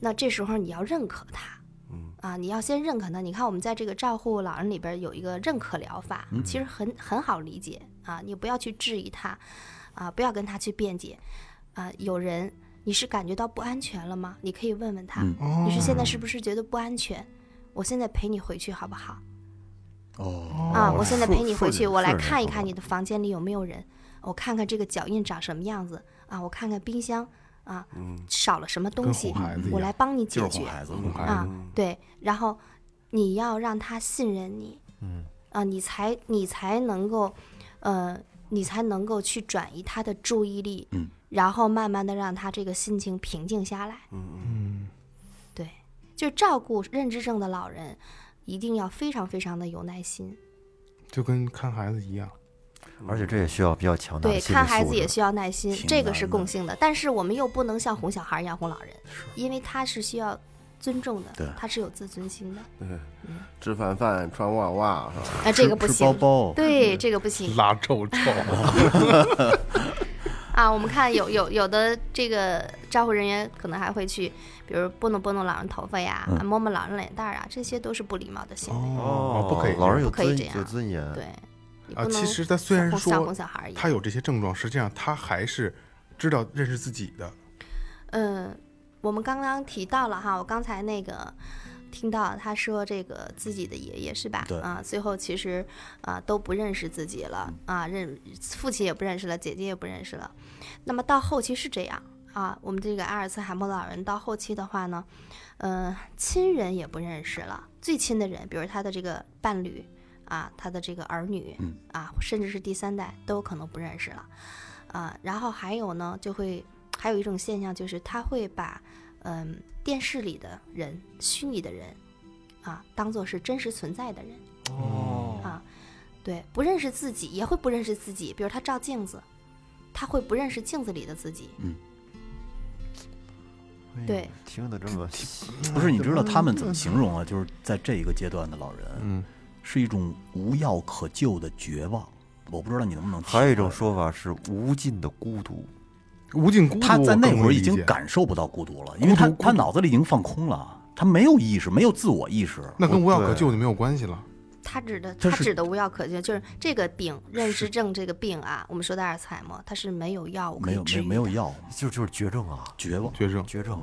G: 那这时候你要认可他，
C: 嗯
G: 啊，你要先认可他。你看我们在这个照护老人里边有一个认可疗法，
C: 嗯
G: 其实很很好理解啊，你不要去质疑他，啊，不要跟他去辩解，啊，有人你是感觉到不安全了吗？你可以问问他，
F: 嗯
C: 哦
G: 你是现在是不是觉得不安全？我现在陪你回去好不好？
F: 哦，
G: 啊，我现在陪你回
E: 顺
G: 去，
E: 着
G: 我来
E: 顺着
G: 看一
E: 说
G: 看你的房间里有没有人，我看看这个脚印长什么样子啊，我看看冰箱啊、少了什么
C: 嗯
G: 东
C: 跟
G: 西
C: 哄孩子，一
G: 我
C: 样
G: 来帮你
F: 就
G: 解
F: 是
G: 决
F: 哄孩子，
C: 哄孩
G: 啊
C: 子，
G: 对，然后你要让他信任你，嗯，啊，你才你才能够，呃，你才能够去转移他的注意力，
F: 嗯，
G: 然后慢慢的让他这个心情平静下来，嗯嗯，对，就照顾认知症的老人，一定要非常非常的有耐心，
C: 就跟看孩子一样。
E: 而且这也需要比较强大的
G: 对，
E: 心理
G: 看孩
E: 素
G: 子也
E: 质
G: 需要耐心，
F: 挺
G: 这个
F: 难
G: 是
F: 的
G: 共性的。但是我们又不能像哄小孩一样哄老人，因为他是需要尊重
F: 对
G: 的，他是有自尊心的。
D: 吃饭饭，穿袜袜，是吧？
G: 啊，这个不
F: 吃
G: 行
F: 包，包，
G: 对，这个不行
C: 拉臭 臭，
G: 啊。我们看有有有的这个照顾人员可能还会去，比如拨弄拨弄老人头发呀，
C: 嗯
G: 啊摸摸老人脸蛋儿啊，这些都是不礼貌的行为。
E: 哦，
C: 不可以。
E: 老人有
G: 不可
E: 尊
G: 以这样
E: 有尊严，
G: 对，你
C: 啊
G: 不，能
C: 其实他虽然
G: 哄像
C: 说
G: 哄小孩一
C: 他
G: 样。
C: 有这些症状，实际上他还是知道认识自己的。
G: 嗯，我们刚刚提到了哈，我刚才那个听到他说这个自己的爷爷是吧？
F: 对
G: 啊，最后其实啊都不认识自己了
F: 嗯
G: 啊，认父亲也不认识了，姐姐也不认识了。那么到后期是这样啊，我们这个阿尔茨海默老人到后期的话呢，呃，亲人也不认识了，最亲的人，比如他的这个伴侣啊，他的这个儿女、
F: 嗯
G: 啊，甚至是第三代都有可能不认识了啊。然后还有呢，就会还有一种现象就是他会把嗯、电视里的人、虚拟的人啊，当做是真实存在的人。
E: 哦
G: 啊，对，不认识自己，也会不认识自己。比如他照镜子，他会不认识镜子里的自己。
F: 嗯
E: 哎呦
G: 对，
E: 听得这么
F: 不是，你知道他们怎么形容啊？就是在这一个阶段的老人，
C: 嗯，
F: 是一种无药可救的绝望。我不知道你能不能体会。
E: 还有一种说法是无尽的孤独，
C: 无尽孤独，
F: 他在那
C: 我
F: 会儿已
C: 更能理
F: 经
C: 解
F: 感受不到孤独了，因为他他脑子里已经放空了，他没有意识，没有自我意识。
C: 那跟无药
E: 对
C: 可救就没有关系了。
G: 他指的
F: 这
G: 他
F: 是
G: 指的无药可救，就是这个病，认知症这个病啊，我们说的阿尔茨海默，它是没有药物可
F: 没
G: 以
F: 有没
G: 治
F: 有
G: 愈
F: 没有
G: 的
F: 药，
E: 就就是绝症啊，
F: 绝望，
C: 绝症，
E: 绝症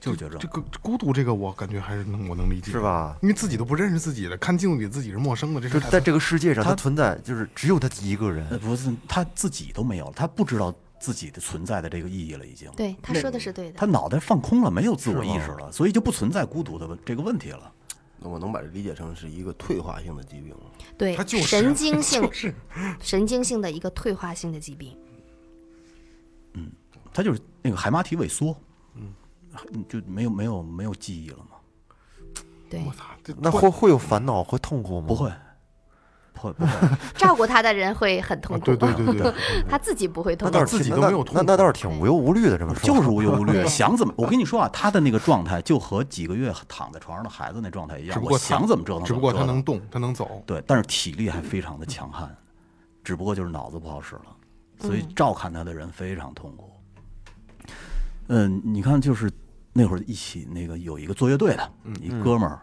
F: 就是绝症
C: 这。个孤独，这个我感觉还是能我能理解，
E: 是？吧？
C: 因为自己都不认识自己了，看镜子里自己是陌生的，这
E: 就是是在这个世界上，
F: 他
E: 他存在就是只有他一个
F: 呃
E: 人，
F: 不是他自己都没有了，他不知道自己的存在的这个意义了，已经。
G: 对，他说的是对的。
F: 他脑袋放空了，没有自我意识了，所以就不存在孤独的问这个问题了。
D: 那我能把这理解成是一个退化性的疾病。
G: 对，
C: 他就是
G: 神经性、神经性的一个退化性的疾病。
F: 他就是那个海马体萎缩，嗯，就没有没有没有记忆了嘛？
G: 对，
C: 我操，这
E: 那会会有烦恼，会痛苦吗？
F: 不会，不 不会，
G: 照顾他的人会很痛
H: 啊
G: 苦，
H: 对对对对，
G: 他自己不会痛
E: 那
G: 苦
E: 倒。是
H: 自己
E: 挺
H: 都
E: 那
H: 没有
E: 那
H: 痛
E: 那倒是挺无忧无虑的，这么说
F: 嗯就是无忧无虑，
G: 对
F: 想怎么我跟你说啊，他的那个状态就和几个月躺在床上的孩子那状态一
C: 只
F: 样，
C: 不
F: 我
C: 过他
F: 想怎么折腾，
C: 只不过他能动，他能走，
F: 对，但是体力还非常的强悍，只不过就是脑子不好使了，所以照看他的人非常痛苦。嗯，你看，就是那会儿一起那个有一个做乐队的，一哥们儿，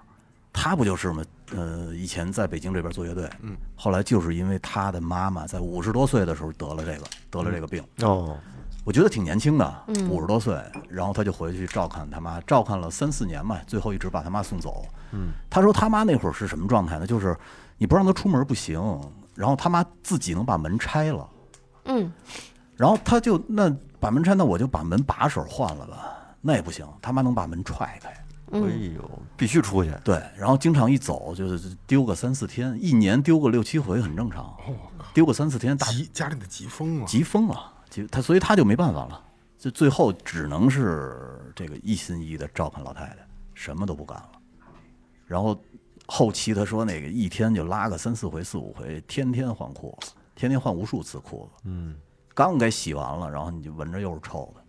F: 他不就是吗？呃，以前在北京这边做乐队，嗯，后来就是因为他的妈妈在五十多岁的时候得了这个，得了这个病，
E: 哦，
F: 我觉得挺年轻的，五十多岁，然后他就回去照看他妈，照看了三四年嘛，最后一直把他妈送走。嗯，他说他妈那会儿是什么状态呢？就是你不让他出门不行，然后他妈自己能把门拆了，
G: 嗯，
F: 然后他就那把门拆，那我就把门把手换了吧，那也不行，他妈能把门踹开。
E: 哎
G: 嗯
E: 呦，必须出去，
F: 对，然后经常一走就是丢个三四天，一年丢个六七回很正常，丢个三四天大
C: 急家里的急疯了，
F: 急疯了，急他，所以他就没办法了，就最后只能是这个一心一意的照看老太太，什么都不干了。然后后期他说那个一天就拉个三四回、四五回，天天换裤子，天天换无数次裤子。嗯，刚给洗完了，然后你就闻着又是臭的，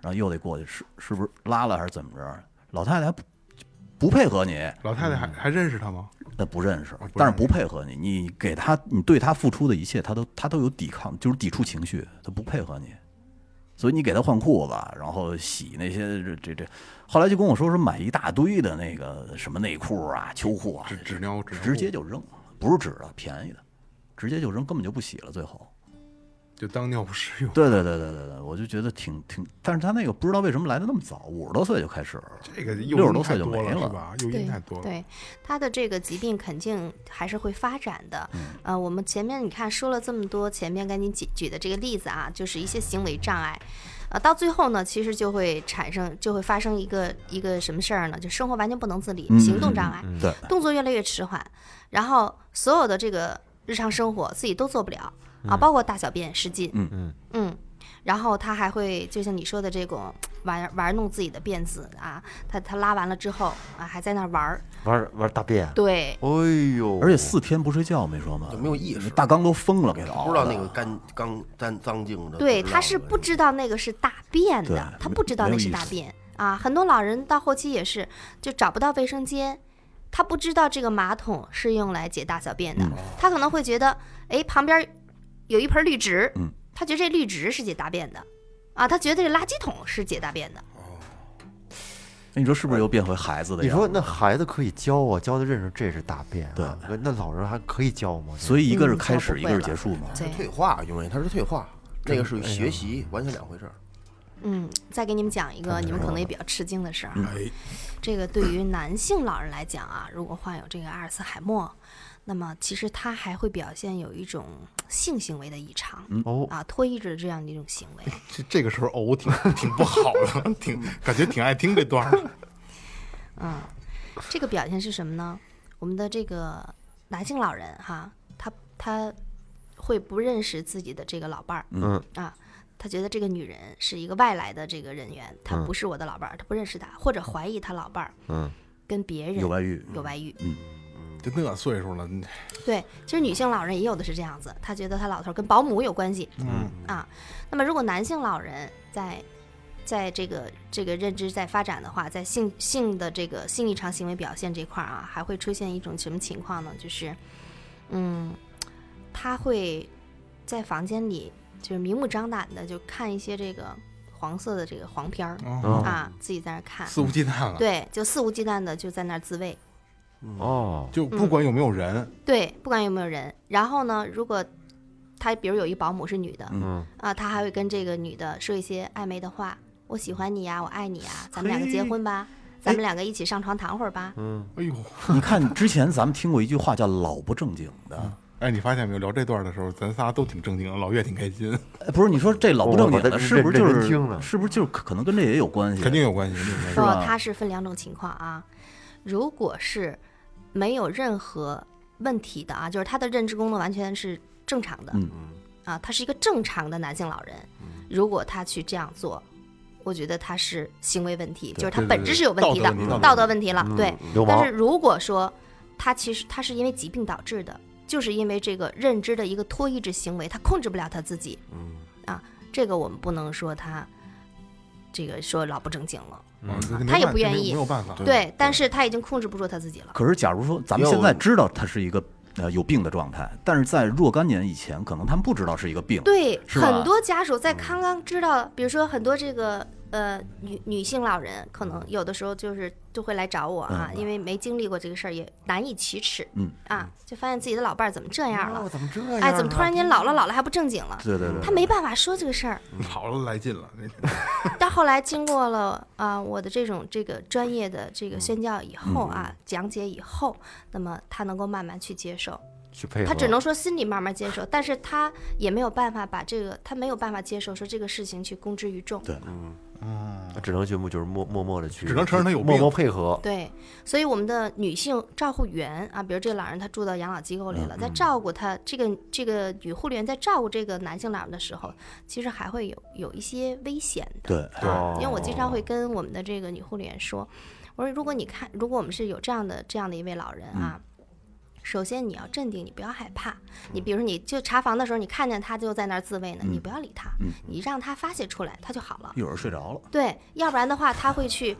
F: 然后又得过去，是是不是拉了还是怎么着？老太太还不不配合你，
C: 老太太
F: 嗯
C: 还还认识他吗？
F: 那不认
C: 哦
F: 识，但是不配合你，你给他，你对他付出的一切，他都他都有抵抗，就是抵触情绪，他不配合你，所以你给他换裤子，然后洗那些这这这，后来就跟我说说买一大堆的那个什么内裤啊、秋裤啊
C: 纸，纸尿纸尿裤
F: 直接就扔了，不是纸的，便宜的，直接就扔，根本就不洗了，最后。
C: 就当尿不湿用，
F: 对对对对对对，我就觉得挺挺，但是他那个不知道为什么来的那么早，五十多岁就开始了，
C: 这个
F: 六
C: 诱
F: 十多
C: 因
F: 岁
C: 太
F: 就
C: 多
F: 没
C: 了是
F: 了
C: 吧？诱因
G: 对
C: 太多了，
G: 对，他的这个疾病肯定还是会发展的。呃，我们前面你看说了这么多，前面跟你举举的这个例子啊，就是一些行为障碍，呃，到最后呢，其实就会产生，就会发生一个一个什么事儿呢？就生活完全不能自理，
F: 嗯
G: 行动障碍。
F: 嗯对，
G: 动作越来越迟缓，然后所有的这个日常生活自己都做不了啊，包括大小便失禁，
F: 嗯
G: 嗯然后他还会就像你说的这种玩玩弄自己的辫子啊，他他拉完了之后啊，还在那儿玩儿，
E: 玩玩大便，
G: 对，
E: 哎呦，
F: 而且四天不睡觉没说吗？
D: 就没有意识
F: 大纲都疯了，给他熬
D: 不知道那
F: 的
D: 个干刚干脏净的，
G: 对，
D: 不知
G: 他
D: 道
G: 是
D: 的
G: 不知道那个是大便
F: 对
G: 的，他
F: 没
G: 不知道
F: 没有
G: 那是
F: 意
G: 大
F: 思
G: 便啊。很多老人到后期也是，就找不到卫生间，他不知道这个马桶是用来解大小便
F: 嗯
G: 的，他可能会觉得，哎，旁边有一盆绿植，
F: 嗯
G: 他觉得这绿植是解大便的，啊，他觉得这垃圾桶是解大便的，
F: 那你说是不是又变回孩子的
E: 你
F: 样子？
E: 说那孩子可以教啊，教他认识这是大便、啊。
F: 对
E: 那那老人还可以教吗？
F: 所以一个是
G: 嗯
F: 开
G: 教
F: 始，
G: 不
F: 一个
G: 会
F: 是
G: 了
F: 结束嘛。
G: 对，
D: 退化，因为他是退化，那个哎是学习，完全两回事儿。
G: 嗯，再给你们讲一个你们可能也比较吃惊的事儿啊，
C: 哎，
G: 这个对于男性老人来讲啊，如果患有这个阿尔茨海默，那么其实他还会表现有一种性行为的异常，
E: 哦
G: 啊，脱衣着这样的一种行为。
C: 这这个时候哦，挺挺不好 的，挺感觉挺爱听这段儿的，
G: 嗯这个表现是什么呢？我们的这个男性老人哈，他他会不认识自己的这个老伴儿，嗯啊，他觉得这个女人是一个外来的这个人
F: 嗯
G: 员，她不是我的老伴儿，他不认识她，或者怀疑他老伴儿，嗯，跟别人
F: 有外遇
G: 有外遇，
C: 就那岁数了，你
G: 对，其实女性老人也有的是这样子，她觉得她老头儿跟保姆有关系，嗯啊，那么如果男性老人在在这个这个认知在发展的话，在性性的这个性异常行为表现这块儿啊，还会出现一种什么情况呢？就是，嗯，他会在房间里就是明目张胆的就看一些这个黄色的这个黄片儿、
C: 哦
G: 啊，自己在那儿看，
C: 肆无忌惮了，
G: 对，就肆无忌惮的就在那儿自慰。
E: 哦，
G: 嗯
C: 就不管有没有人，
G: 对，不管有没有人。然后呢，如果他比如有一保姆是女的，
F: 嗯
G: 啊，他还会跟这个女的说一些暧昧的话，我喜欢你呀，我爱你呀，咱们两个结婚吧，咱们
F: 哎
G: 两个一起上床躺会儿吧。
F: 嗯
G: 哦
C: 哎呦，
F: 你看之前咱们听过一句话叫“老不正经”的，
C: 哎，你发现没有？聊这段的时候，咱仨都挺正经的，老岳挺开心，
F: 哎不是？你说这老不正经
E: 我我
F: 的，
E: 在
F: 是不是就
E: 认
F: 是
E: 真听呢
F: 是不是就是可可能跟这也有关系？啊
C: 肯定有关系，肯定有关系
F: 是吧
G: 哦，它是分两种情况啊，如果是没有任何问题的啊，就是他的认知功能完全是正常的，
F: 嗯
G: 啊，他是一个正常的男性老人，如果他去这样做。我觉得他是行为问题，就是他
C: 对对
G: 本质是有问题的，
C: 道德问题道德问题嗯
G: 道德问题了。对，
E: 嗯流
G: 啊但
E: 氓
G: 是如果说他其实他是因为疾病导致的，就是因为这个认知的一个脱意制行为，他控制不了他自己。
E: 嗯，
G: 啊，这个我们不能说他这个说老不正经了，
C: 啊这没
G: 他也
C: 办
G: 不
C: 这
G: 愿
C: 没
G: 意
C: 没有办法。
G: 对，但是他已经控制不住他自己了。
F: 可是，假如说咱们
D: 要
F: 现
D: 我
F: 在知道他是一个呃有病的状态，但是在若干年以前，可能他们不知道是一个病。
G: 对，
F: 是吧
G: 很多家属在刚刚知道，比如说很多这个呃女女性老人，可能有的时候就是就会来找我啊，因为没经历过这个事儿，也难以启齿。
F: 嗯
G: 啊，就发现自己的老伴儿怎么这样了？
E: 怎么这样
G: 哎，怎么突然间老了老了还不正经了？
F: 对对对，
G: 他没办法说这个事儿。
C: 好了，来劲了，
G: 但后来经过了啊、我的这种这个专业的这个宣教以后啊，讲解以后，那么他能够慢慢去接受，
E: 去配合？
G: 他只能说心里慢慢接受，但是他也没有办法把这个，他没有办法接受说这个事情去公之于众。
F: 对
E: 啊只能去默，就是默默默的去，
C: 只能承认他有病
E: 默默配合。
G: 对，所以我们的女性照护员啊，比如这个老人他住到养老机构里了，在照顾他这个这个女护理员在照顾这个男性老人的时候，其实还会有有一些危险的。
F: 对
G: 啊
E: 哦，
G: 因为我经常会跟我们的这个女护理员说，我说如果你看，如果我们是有这样的这样的一位老人啊。
F: 嗯
G: 首先，你要镇定，你不要害怕。你比如说，你就查房的时候，你看见他就在那儿自慰呢，
F: 嗯
G: 你不要理他，你让他发泄出来，他就好了。
F: 一会儿睡着了，
G: 对，要不然的话，他会去，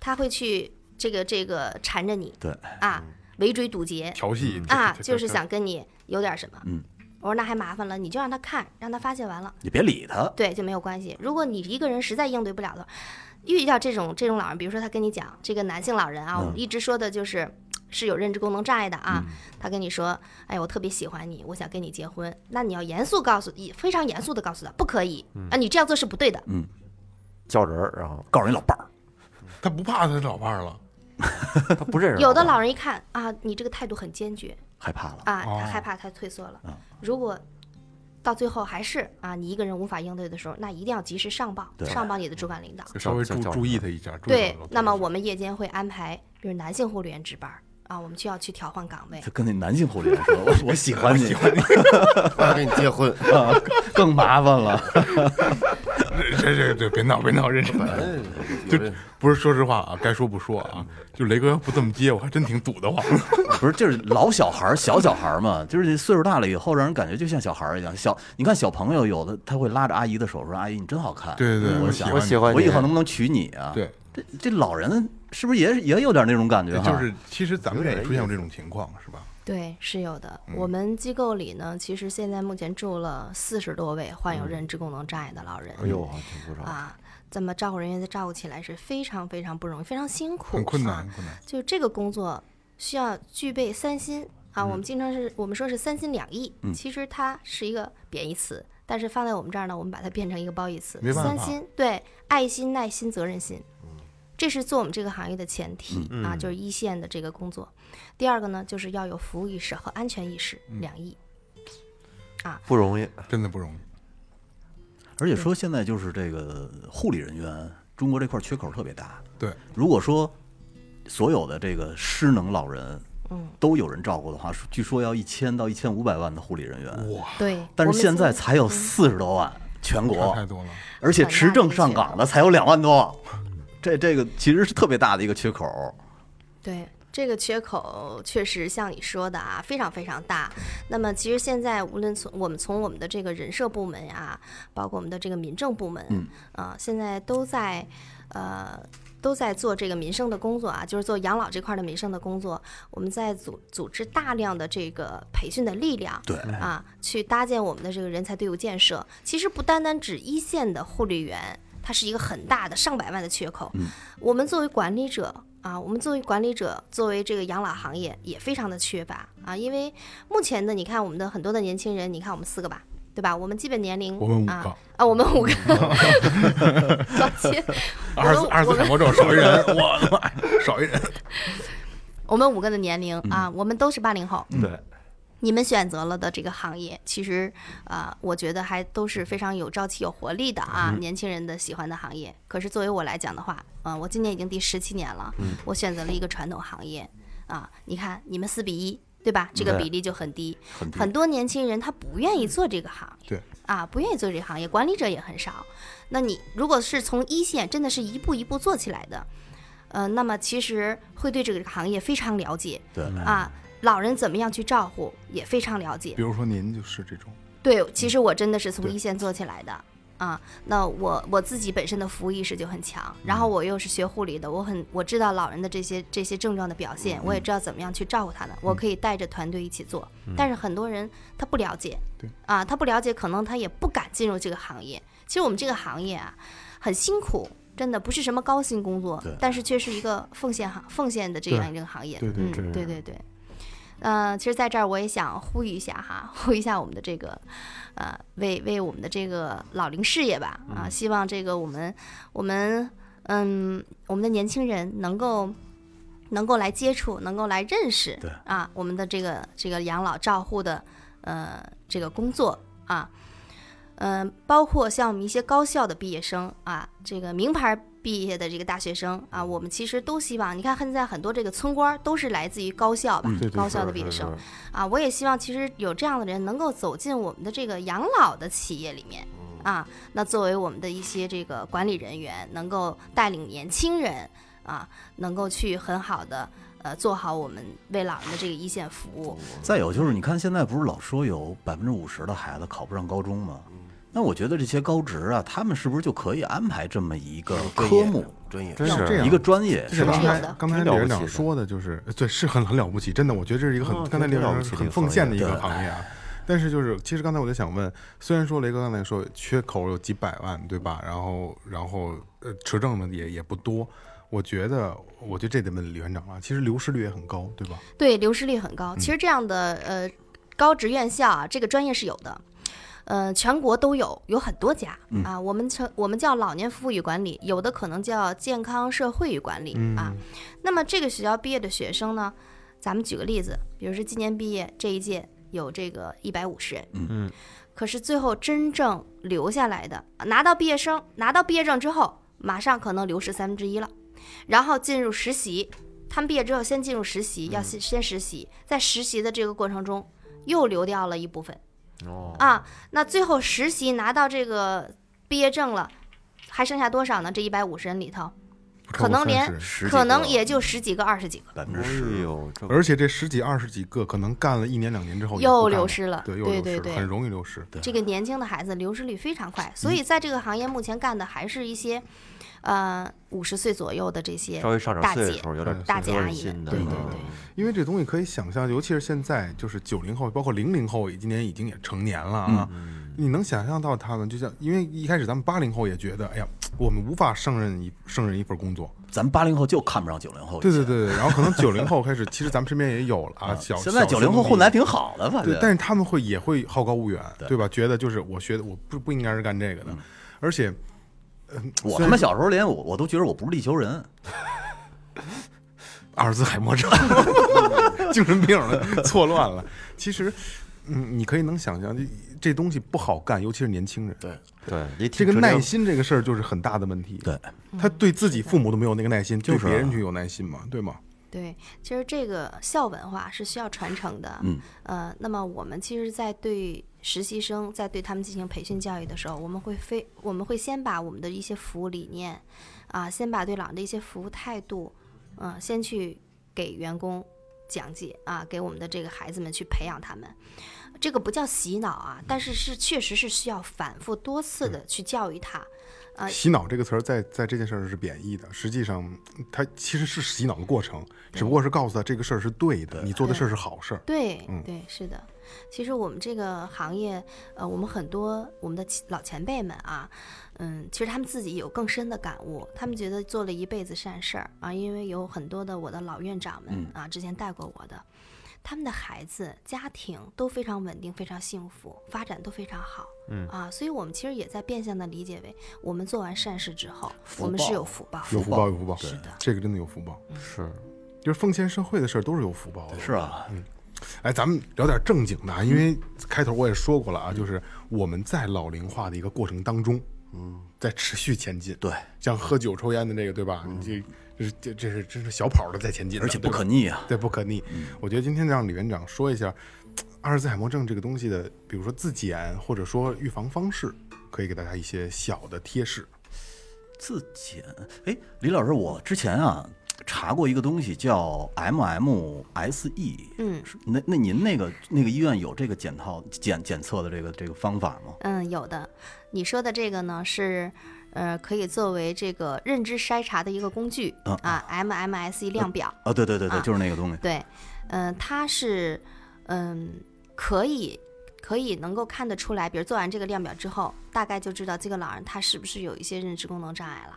G: 他会去这个这个缠着你，
F: 对嗯
G: 啊，围追堵截
C: 调戏
G: 啊，就是想跟你有点什么。
F: 嗯，
G: 我说那还麻烦了，你就让他看，让他发泄完了，
F: 你别理他。
G: 对，就没有关系。如果你一个人实在应对不了的话，遇到这种这种老人，比如说他跟你讲这个男性老人啊，我们一直说的就是。是有认知功能障碍的啊，他跟你说，哎，我特别喜欢你，我想跟你结婚，那你要严肃告诉，以非常严肃的告诉他，不可以、啊，你这样做是不对的，
E: 叫人儿，然后
F: 告诉你老伴儿，
C: 他不怕他老伴儿了，
E: 他不认识。
G: 有的老人一看啊，你这个态度很坚决
F: 害怕了。
G: 啊，他害怕，他退缩了。如果到最后还是啊，你一个人无法应对的时候，那一定要及时上报，上报你的主管领导。
C: 稍微注
E: 叫
C: 注意他一下。注意
G: 对
C: 他老，
G: 那么我们夜间会安排，比如男性护理员值班儿啊，我们就要去调换岗 位
F: 他。跟那男性护理员说：“我我喜欢你，
D: 我要跟你结 婚，
F: 啊更麻烦了。
C: 这这这别闹别闹，认真的。就不是说实话啊，该说不说啊，就雷哥不这么接，我还真挺堵得慌。
F: 不是，就是老小孩儿，小小孩儿嘛，就是岁数大了以后，让人感觉就像小孩儿一样。小，你看小朋友有的他会拉着阿姨的手说：“阿姨，你真好看。”
C: 对对对
F: 我
C: 嗯我喜
F: 想
C: 欢
E: 我喜欢你，
F: 我以后能不能娶你啊？
C: 对，
F: 这这老人是不是也也有点那种感觉哈？
C: 就是其实咱们也出现过这种情况，是吧？
G: 对，是有的。
E: 嗯
G: 我们机构里呢，其实现在目前住了四十多位患有认知功能障碍的老人。
E: 嗯哎呦，挺不少。
G: 啊，咱们照顾人员在照顾起来是非常非常不容易，非常辛苦，
C: 很困
G: 啊
C: 难，很困难。
G: 就这个工作需要具备三心啊，
F: 嗯
G: 我们经常是我们说是三心两意，其实它是一个贬义词，但是放在我们这儿呢，我们把它变成一个褒义词。
C: 没办
G: 三
C: 法
G: 心对，爱心、耐心、责任心，
F: 嗯
G: 这是做我们这个行业的前提、啊，就是一线的这个工作。第二个呢，就是要有服务意识和安全意识
F: 嗯
G: 两意。
E: 不容易，
C: 真的不容易。
F: 而且说现在就是这个护理人员，中国这块缺口特别大。
C: 对，
F: 如果说所有的这个失能老人，嗯，都有人照顾的话，说据说要一千到一千五百万的护理人员，哇！
G: 对，
F: 但
G: 我
F: 是
G: 们
F: 现在才有四十多万，全
C: 差
F: 国
C: 太多了。
F: 而且持证上岗的才有两万多，这这个其实是特别大的一个缺口。
G: 对，这个缺口确实像你说的啊，非常非常大。那么其实现在无论从我们从我们的这个人社部门啊，包括我们的这个民政部门，嗯，啊、现在都在，呃。都在做这个民生的工作啊，就是做养老这块的民生的工作。我们在组组织大量的这个培训的力量，
F: 对
G: 啊，去搭建我们的这个人才队伍建设。其实不单单指一线的护理员，它是一个很大的上百万的缺口。
C: 嗯
G: 我们作为管理者啊，我们作为管理者，作为这个养老行业也非常的缺乏啊，因为目前的你看我们的很多的年轻人，你看我们四个吧，对吧？我们基本年龄
C: 我们五个
G: 啊啊，我们五 个，
C: 二次二次
G: 抱歉，我们我
C: 强
G: 们
C: 迫症少一 人，我的妈呀，少一人。
G: 我们五个的年龄啊，我们都是八零后，
C: 嗯
E: 对，
G: 你们选择了的这个行业，其实啊、呃我觉得还都是非常有朝气、有活力的啊，年轻人的喜欢的行业。可是作为我来讲的话，嗯、我今年已经第十七年了，我选择了一个传统行业啊。你看，你们四比一，对吧？这个比例就很低，
F: 很低
G: 很多年轻人他不愿意做这个行业，
C: 嗯对
G: 啊，不愿意做这个行业，管理者也很少。那你如果是从一线，真的是一步一步做起来的，呃，那么其实会对这个行业非常了解，
F: 对
G: 啊，老人怎么样去照顾也非常了解
C: 嗯比。如说您就是这种，
G: 对，其实我真的是从
C: 对
G: 一线做起来的啊。那我我自己本身的服务意识就很强，
C: 嗯
G: 然后我又是学护理的，我很我知道老人的这些这些症状的表
C: 嗯
G: 现，我也知道怎么样去照顾他们，我可以带着团队一起做。但是很多人他不了解，
C: 嗯对
G: 啊，他不了解，可能他也不敢进入这个行业。其实我们这个行业啊，很辛苦。真的不是什么高薪工作
F: 对，
G: 但是却是一个奉献行奉献的这样一个行业。
C: 对对
G: 嗯、对对对。呃，其实在这儿我也想呼吁一下哈， 呼吁一下我们的这个，呃，为为我们的这个老龄事业吧啊，
C: 嗯
G: 希望这个我们我们嗯我们的年轻人能够能够来接触，能够来认识
F: 对
G: 啊我们的这个这个养老照护的呃这个工作啊，嗯、包括像我们一些高校的毕业生啊，这个名牌毕业的这个大学生啊，我们其实都希望，你看现在很多这个村官儿都是来自于高校吧，
H: 嗯对对
G: 高校的
H: 是
G: 毕业
H: 是
G: 生
H: 是
G: 啊，我也希望其实有这样的人能够走进我们的这个养老的企业里面啊，那作为我们的一些这个管理人员，能够带领年轻人啊，能够去很好的呃做好我们为老人的这个一线服务，
F: 再有就是，你看现在不是老说有百分之五十的孩子考不上高中吗？
C: 嗯
F: 那我觉得这些高职啊，他们是不是就可以安排这么一个科目，
D: 专业，
H: 真
C: 要这
H: 是
C: 样
F: 一个专业？
C: 就是刚
G: 是有
C: 才
G: 的
C: 刚才
E: 挺
C: 李
E: 了不
C: 院
E: 起
C: 长
E: 的
C: 说的，就是呃对，是很很了不起，真的，我觉得这是一个很
E: 哦
C: 刚才李
E: 挺
C: 院
E: 了
C: 长
E: 不起
C: 说
E: 的一
C: 很
E: 个
C: 奉
E: 行
C: 献
E: 业
C: 的一个
F: 对
C: 行业啊。但是就是，其实刚才我就想问，虽然说雷哥刚才说缺口有几百万，对吧？然后然后呃，持证的也也不多。我觉得，我觉得这得问李院长了。其实流失率也很高，对吧？
G: 对，流失率很高。其实这样的呃高职院校啊，这个专业是有的，呃，全国都有，有很多家、啊。我们称我们叫老年服务与管理，有的可能叫健康社会与管理、啊。那么这个学校毕业的学生呢，咱们举个例子，比如说今年毕业这一届有这个一百五十人，嗯，可是最后真正留下来的，拿到毕业生拿到毕业证之后，马上可能流失三分之一了，然后进入实习。他们毕业之后先进入实习，
E: 嗯
G: 要先先实习，在实习的这个过程中又流掉了一部分。哦啊，那最后实习拿到这个毕业证了，还剩下多少呢？这一百五十人里头，
C: 不超过
G: 可能
C: 30
G: 连
C: 人
F: 十几
G: 可
F: 个
G: 能也就十几个、二十几个
F: 百分之十，
E: 哎呦，这
C: 而且这十几二十几个，可能干了一年两年之后也不
G: 又
C: 干
G: 流
C: 了
G: 失了。
C: 对，又
G: 对
C: 流
G: 对
C: 失了，很
G: 对，
C: 容易流失。
G: 这个年轻的孩子流失率非常
E: 嗯
G: 快，所以在这个行业目前干的还是一些，呃，五十岁左右的这些
E: 稍微上
G: 大
E: 点
G: 姐
E: 岁数，有点
G: 大姐
E: 有
G: 阿
E: 点
G: 姨们
E: 新。的，
G: 对对
E: 嗯
G: 对。
C: 因为这东西可以想象，尤其是现在，就是九零后，包括零零后，今年已经也成年了啊。
F: 嗯
C: 你能想象到他们，就像因为一开始咱们八零后也觉得，哎呀，我们无法胜任一胜任一份工作。
F: 咱八零后就看不上九零后。
C: 对对对，对然后可能九零后开始，其实咱们身边也有了啊。小
F: 现在九零后混的还挺好的，反
C: 对
F: 正，。
C: 但是他们会也会好高骛远，
F: 对嗯
C: 对吧？觉得就是我学的，我不不应该是干这个的，而且
F: 我他妈小时候连我我都觉得我不是地球人，
C: 阿尔兹海默症， 精神病了，错乱了。其实，嗯，你可以能想象，这这东西不好干，尤其是年轻人。对，
E: 对，也挺
C: 这个
E: 值得
C: 耐心这个事儿就是很大的问题。
F: 对，
C: 他对自己父母都没有那个耐心，对
F: 就是啊
C: 别人就有耐心嘛，对吗？
G: 对，其实这个校文化是需要传承的。嗯，呃，那么我们其实，在对实习生在对他们进行培训教育的时候，我们会非我们会先把我们的一些服务理念，啊、先把对老人的一些服务态度，嗯、先去给员工讲解啊，给我们的这个孩子们去培养他们。这个不叫洗脑啊，但是是确实是需要反复多次的去教育他。啊
C: 洗脑这个词儿在在这件事儿是贬义的，实际上它其实是洗脑的过程，只不过是告诉他这个事儿是对的，你做的事儿是好事儿。
G: 对
C: 嗯
G: 对，是的。其实我们这个行业，呃，我们很多我们的前老前辈们啊，嗯，其实他们自己有更深的感悟，他们觉得做了一辈子善事儿啊，因为有很多的我的老院长们啊，之前带过我的，他们的孩子家庭都非常稳定，非常幸福，发展都非常好，嗯啊，所以我们其实也在变相的理解为，我们做完善事之后，我们是有福报，
C: 有福报，有福报，
G: 是的
C: 这个真的有福报，
E: 是
C: 就是奉献社会的事儿都是有福报的。
F: 是啊，
C: 哎，咱们聊点正经的，啊，因为开头我也说过了啊，就是我们在老龄化的一个过程当中，嗯，在持续前进。
F: 对，嗯
C: 像喝酒抽烟的这个，对吧？你这这是这这是真是小跑的在前进的，
F: 而且不
C: 对吧
F: 可逆啊。
C: 对不可逆。我觉得今天让李院长说一下阿尔兹海默症这个东西的，比如说自检或者说预防方式，可以给大家一些小的贴士。
F: 自检，哎，李老师，我之前啊查过一个东西叫 MMSE，
G: 嗯
F: E，是那那您那个那个医院有这个检套检检测的这个这个方法吗？
G: 嗯，有的。你说的这个呢是，呃，可以作为这个认知筛查的一个工具
F: 嗯
G: 啊，MMSE 量表。
F: 啊，对对对对，
G: 啊
F: 就是那个东西。
G: 对，嗯，它是，嗯，可以可以能够看得出来，比如做完这个量表之后，大概就知道这个老人他是不是有一些认知功能障碍了。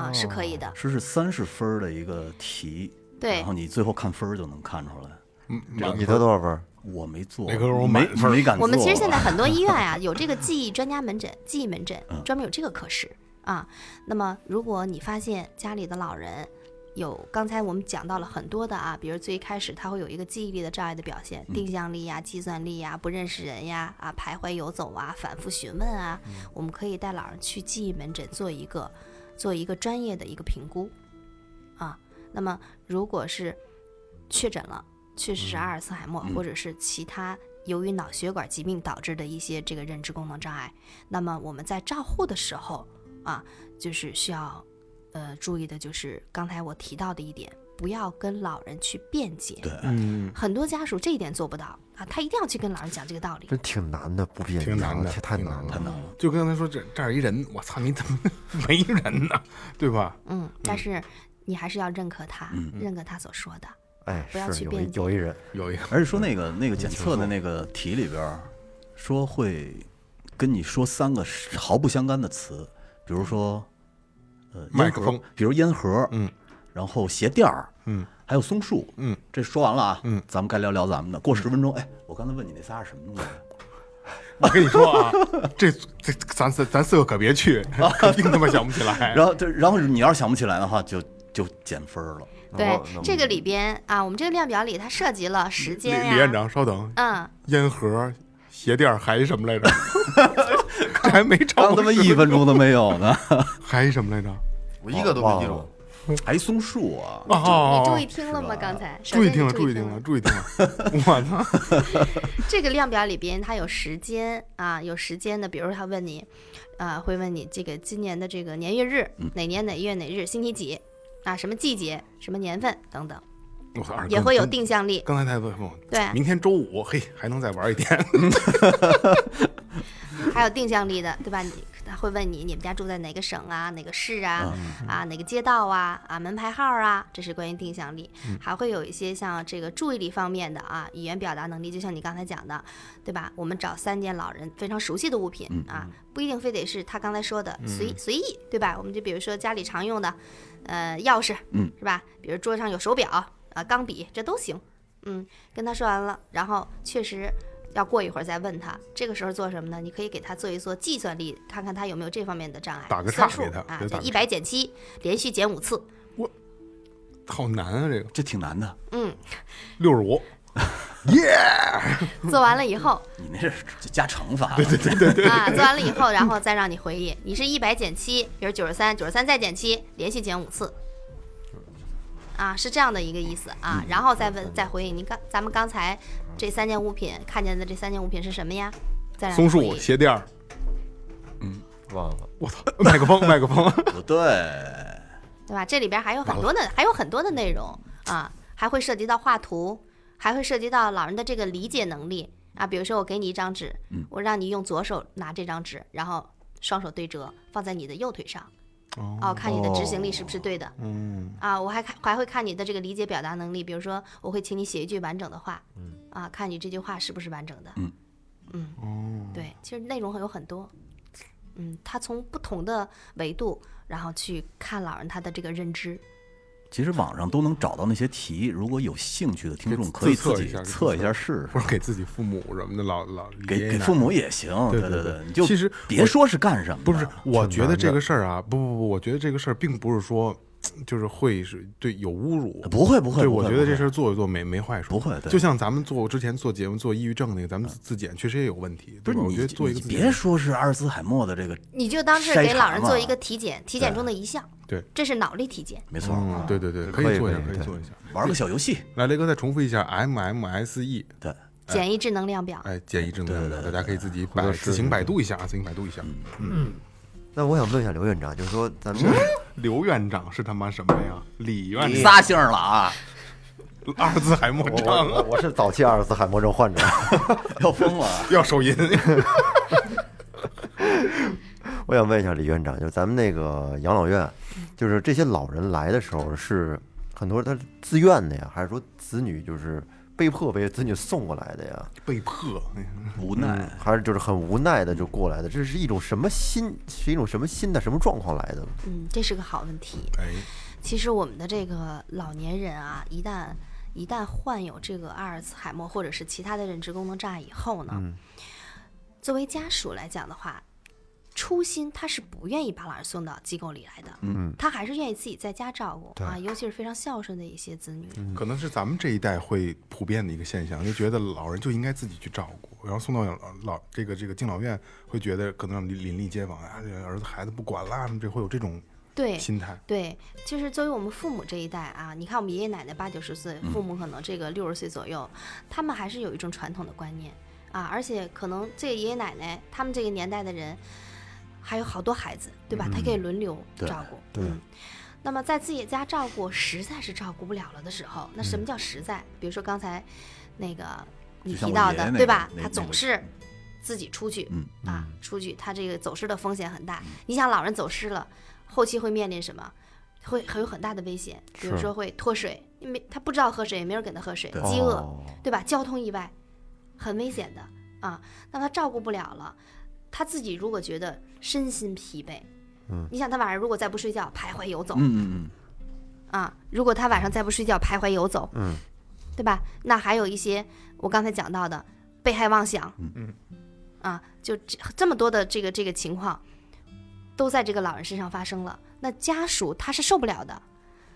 G: 啊，是可以的，
F: 是是三十分儿的一个题，
G: 对
F: 然后你最后看分儿就能看出来。
E: 你得多少分？
F: 我没做，
H: 那个我
F: 没
H: 满分儿
F: 没敢做。
G: 我们其实现在很多医院啊，有这个记忆专家门诊、记忆门诊，
F: 嗯
G: 专门有这个科室啊。那么，如果你发现家里的老人有刚才我们讲到了很多的啊，比如最一开始他会有一个记忆力的障碍的表现，
F: 嗯
G: 定向力呀、计算力呀、不认识人呀、啊徘徊游走啊、反复询问啊，
F: 嗯
G: 我们可以带老人去记忆门诊做一个做一个专业的一个评估啊。那么，如果是确诊了，确实是阿尔茨海默、或者是其他由于脑血管疾病导致的一些这个认知功能障碍，那么我们在照护的时候啊，就是需要呃注意的，就是刚才我提到的一点，不要跟老人去辩解。
F: 对，
G: 很多家属这一点做不到啊，他一定要去跟老人讲这个道理。
E: 真挺难的，不变
C: 挺难的
E: 太
C: 挺
E: 难
C: 难
E: 了。
C: 就跟他说这这儿一人，我操，你怎么 没人呢？对吧？
G: 嗯，但是你还是要认可他，认可他所说的。
E: 哎，
G: 不要
E: 是
G: 去
E: 有一
G: 辩解
E: 有一人，
C: 有一个
F: 而且说那个那个检测的那个题里边儿，说会跟你说三个毫不相干的词，比如说，呃，烟盒
C: 麦克风，
F: 比如烟盒，嗯，然后鞋垫儿，
C: 嗯，
F: 还有松树，
C: 嗯，
F: 这说完了啊，
C: 嗯，
F: 咱们该聊聊咱们的。过十分钟，哎，我刚才问你那仨是什么东西？
C: 哎我跟你说啊，这这咱四咱四个可别去，肯定他妈想不起来。
F: 然后这然后你要是想不起来的话，就就减分
C: 哦
F: 儿了。
G: 对
E: 我那，
G: 这个里边啊，我们这个量表里它涉及了时
C: 李
G: 间
C: 李
G: 呀、
C: 院长，稍等，
G: 嗯，
C: 烟盒、鞋垫儿还什么来着？ 这还没超
F: 刚他妈一分钟都没 有呢，
C: 还什么来着？
D: 我一个都没记住。
F: 还松树啊，
C: 哦哦
G: 你注
C: 哦
G: 意，听了吗？刚才首
C: 注意
G: 先
C: 听
G: 你
C: 了，注意
G: 听
C: 听了，注意听了，我操！
G: 这个量表里边它有时间啊，有时间的，比如他问你，啊，会问你这个今年的这个年月日，
C: 嗯
G: 哪年哪月哪日，星期几啊，什么季节，什么年份等等，
C: 我操，
G: 也会有定向力。
C: 刚。刚才他问我，
G: 对，
C: 明天周五，嘿，还能再玩一天。
G: 还有定向力的，对吧？你他会问你，你们家住在哪个省啊，哪个市啊，啊，哪个街道啊，啊，门牌号啊，这是关于定向力。还会有一些像这个注意力方面的啊，语言表达能力，就像你刚才讲的，对吧？我们找三件老人非常熟悉的物品啊，不一定非得是他刚才说的随随意，对吧？我们就比如说家里常用的，呃，钥匙，
F: 嗯，
G: 是吧？比如桌上有手表啊，钢笔，这都行。嗯，跟他说完了，然后确实要过一会儿再问他。这个时候做什么呢？你可以给他做一做计算力，看看他有没有这方面的障碍。
C: 打个
G: 算
C: 岔
G: 数
C: 给他
G: 啊
C: 给，他
G: 就
C: 打个
G: 一百减七，连续减五次。
C: 好难啊，这个
F: 这挺难的。
G: 嗯，
C: 六十五，
G: 哎做完了以后
F: 你那是加乘法，对对对，
G: 啊，做完了以后，然后再让你回忆，你是一百减七，比如九十三，九十三再减七，连续减五次。啊，是这样的一个意思啊，然后再问再回忆，你刚咱们刚才这三件物品看见的这三件物品是什么呀？再让
C: 松
G: 你回
C: 树、
G: 忆
C: 鞋垫儿，
E: 忘了。
C: 我操，麦克风，麦克风。
F: 不对，
G: 对吧？这里边还有很多的，还有很多的内容啊，还会涉及到画图，还会涉及到老人的这个理解能力啊。比如说，我给你一张纸，我让你用左手拿这张纸，然后双手对折放在你的右腿上，哦，看你的执行力是不是对的。
C: 嗯，
G: 啊，我还看还会看你的这个理解表达能力，比如说，我会请你写一句完整的话，啊，看你这句话是不是完整的。
F: 嗯
G: 嗯对，其实内容有很多。嗯，他从不同的维度，然后去看老人他的这个认知。
F: 其实网上都能找到那些题，如果有兴趣的听众
C: 自
F: 可以
C: 测
F: 自
C: 一
F: 己
C: 下
F: 测一下试试
C: 不，是给自己父母什么的，老老
F: 给给父。母也行。
C: 对
F: 对
C: 对对
F: 对，你就
C: 其实
F: 别说是干什么的，
C: 不是，我觉得这个事儿啊，不不不，我觉得这个事儿并不是说，就是会是对有侮辱，
F: 不会不会，
C: 对，
F: 不会
C: 我觉得这
F: 不会
C: 事儿做一做没没坏处，
F: 不会对嗯
C: 就像咱们做之前做节目做抑郁症那个，咱们自检确实也有问题，
F: 不
C: 对
F: 是
C: 吧？我
F: 你
C: 觉得做一个
F: 你
C: 自检
F: 别说是阿尔兹海默的这个，
G: 你就当是
F: 筛
G: 给
F: 查
G: 老人做
F: 嘛
G: 一个体检，体检中的一项。
C: 对，
G: 这是脑力体检。
F: 没错，
C: 嗯，对对对，可
E: 可
C: 以
E: 以
C: 做一下，
E: 可
C: 可
E: 以
C: 以
E: 对
C: 做一下。
F: 玩个小游戏，
C: 来，雷哥再重复一下 MMSE，
F: 对，
G: 简易智能量表，
C: E，哎哎，建议正能量的，
F: 对对对嗯
C: 大家可以自己百自行百度一下啊，自行百度一下。
E: 那我想问一下刘院长，就是说咱们
C: 刘院长是他妈什么呀？李院长，
F: 仨姓儿了啊，
C: 阿尔兹海默
E: 我
C: 症
E: 我我是早期阿尔兹海默症患者，
F: 要疯了。
C: 要手淫，
E: 我想问一下李院长，就是咱们那个养老院，
G: 嗯
E: 就是这些老人来的时候是很多他是自愿的呀，还是说子女就是被迫被子女送过来的呀？
C: 被迫。哎
F: 无
C: 嗯
F: 奈，
E: 还是就是很无奈的就过来的？这是一种什么心？是一种什么心态？什么状况来的？
G: 嗯，这是个好问题。
C: 哎，
G: 其实我们的这个老年人啊，一旦一旦患有这个阿尔茨海默或者是其他的认知功能障碍以后呢，作为家属来讲的话，初心他是不愿意把老人送到机构里来的，嗯，他还是愿意自己在家照顾啊，尤其是非常孝顺的一些子女，
C: 可能是咱们这一代会普遍的一个现象，就觉得老人就应该自己去照顾，然后送到养老老这个这个敬老院，会觉得可能让邻邻里街坊啊，这儿子孩子不管啦，这会有这种
G: 对，
C: 心态。
G: 对，就是作为我们父母这一代啊，你看我们爷爷奶奶八九十岁，
F: 嗯
G: 父母可能这个六十岁左右，他们还是有一种传统的观念啊，而且可能这爷爷奶奶他们这个年代的人，还有好多孩子，对吧？他可以
F: 嗯
G: 轮流照顾。对。嗯那么在自己家照顾实在是照顾不了了的时候，那什么叫实在？比如说刚才那个你
F: 嗯就像
G: 提
F: 我
G: 到
F: 爷爷
G: 的，
F: 那
G: 对
F: 个
G: 吧？
F: 那
G: 他
F: 那
G: 总
F: 个
G: 是自己出去，
F: 嗯
G: 啊，出去他这个走失的风险很大。你想老人走失了，后期会面临什么？会很有很大的危险，比如
E: 是
G: 说会脱水，因为他不知道喝水，也没人给他喝水，饥饿，
E: 哦
G: 对吧？交通意外，很危险的啊。那他照顾不了了，他自己如果觉得身心疲惫，嗯，你想他晚上如果再不睡觉，徘徊游走，
F: 嗯嗯嗯，
G: 啊，如果他晚上再不睡觉，徘徊游走，嗯，对吧？那还有一些我刚才讲到的被害妄想，嗯啊，就这这么多的这个这个情况，都在这个老人身上发生了。那家属他是受不了的，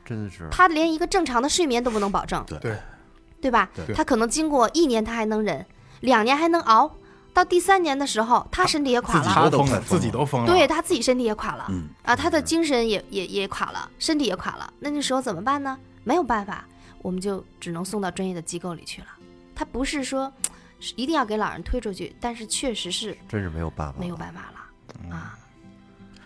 E: 真的是
G: 他连一个正常的睡眠都不能保证，
F: 对
C: 对
G: 对吧？
C: 对
G: 他可能经过一年他还能忍，两年还能熬，到第三年的时候，他身体也垮
C: 自己
G: 了。
C: 都
F: 他都
C: 疯
F: 快
C: 了，
F: 疯
C: 自己都疯了。
G: 对他自己身体也垮了，
F: 嗯
G: 啊，他的精神也也也垮了，身体也垮了。那这时候怎么办呢？没有办法，我们就只能送到专业的机构里去了。他不是说是一定要给老人推出去，但是确实是
E: 真是没有办法，
G: 没有办法了啊。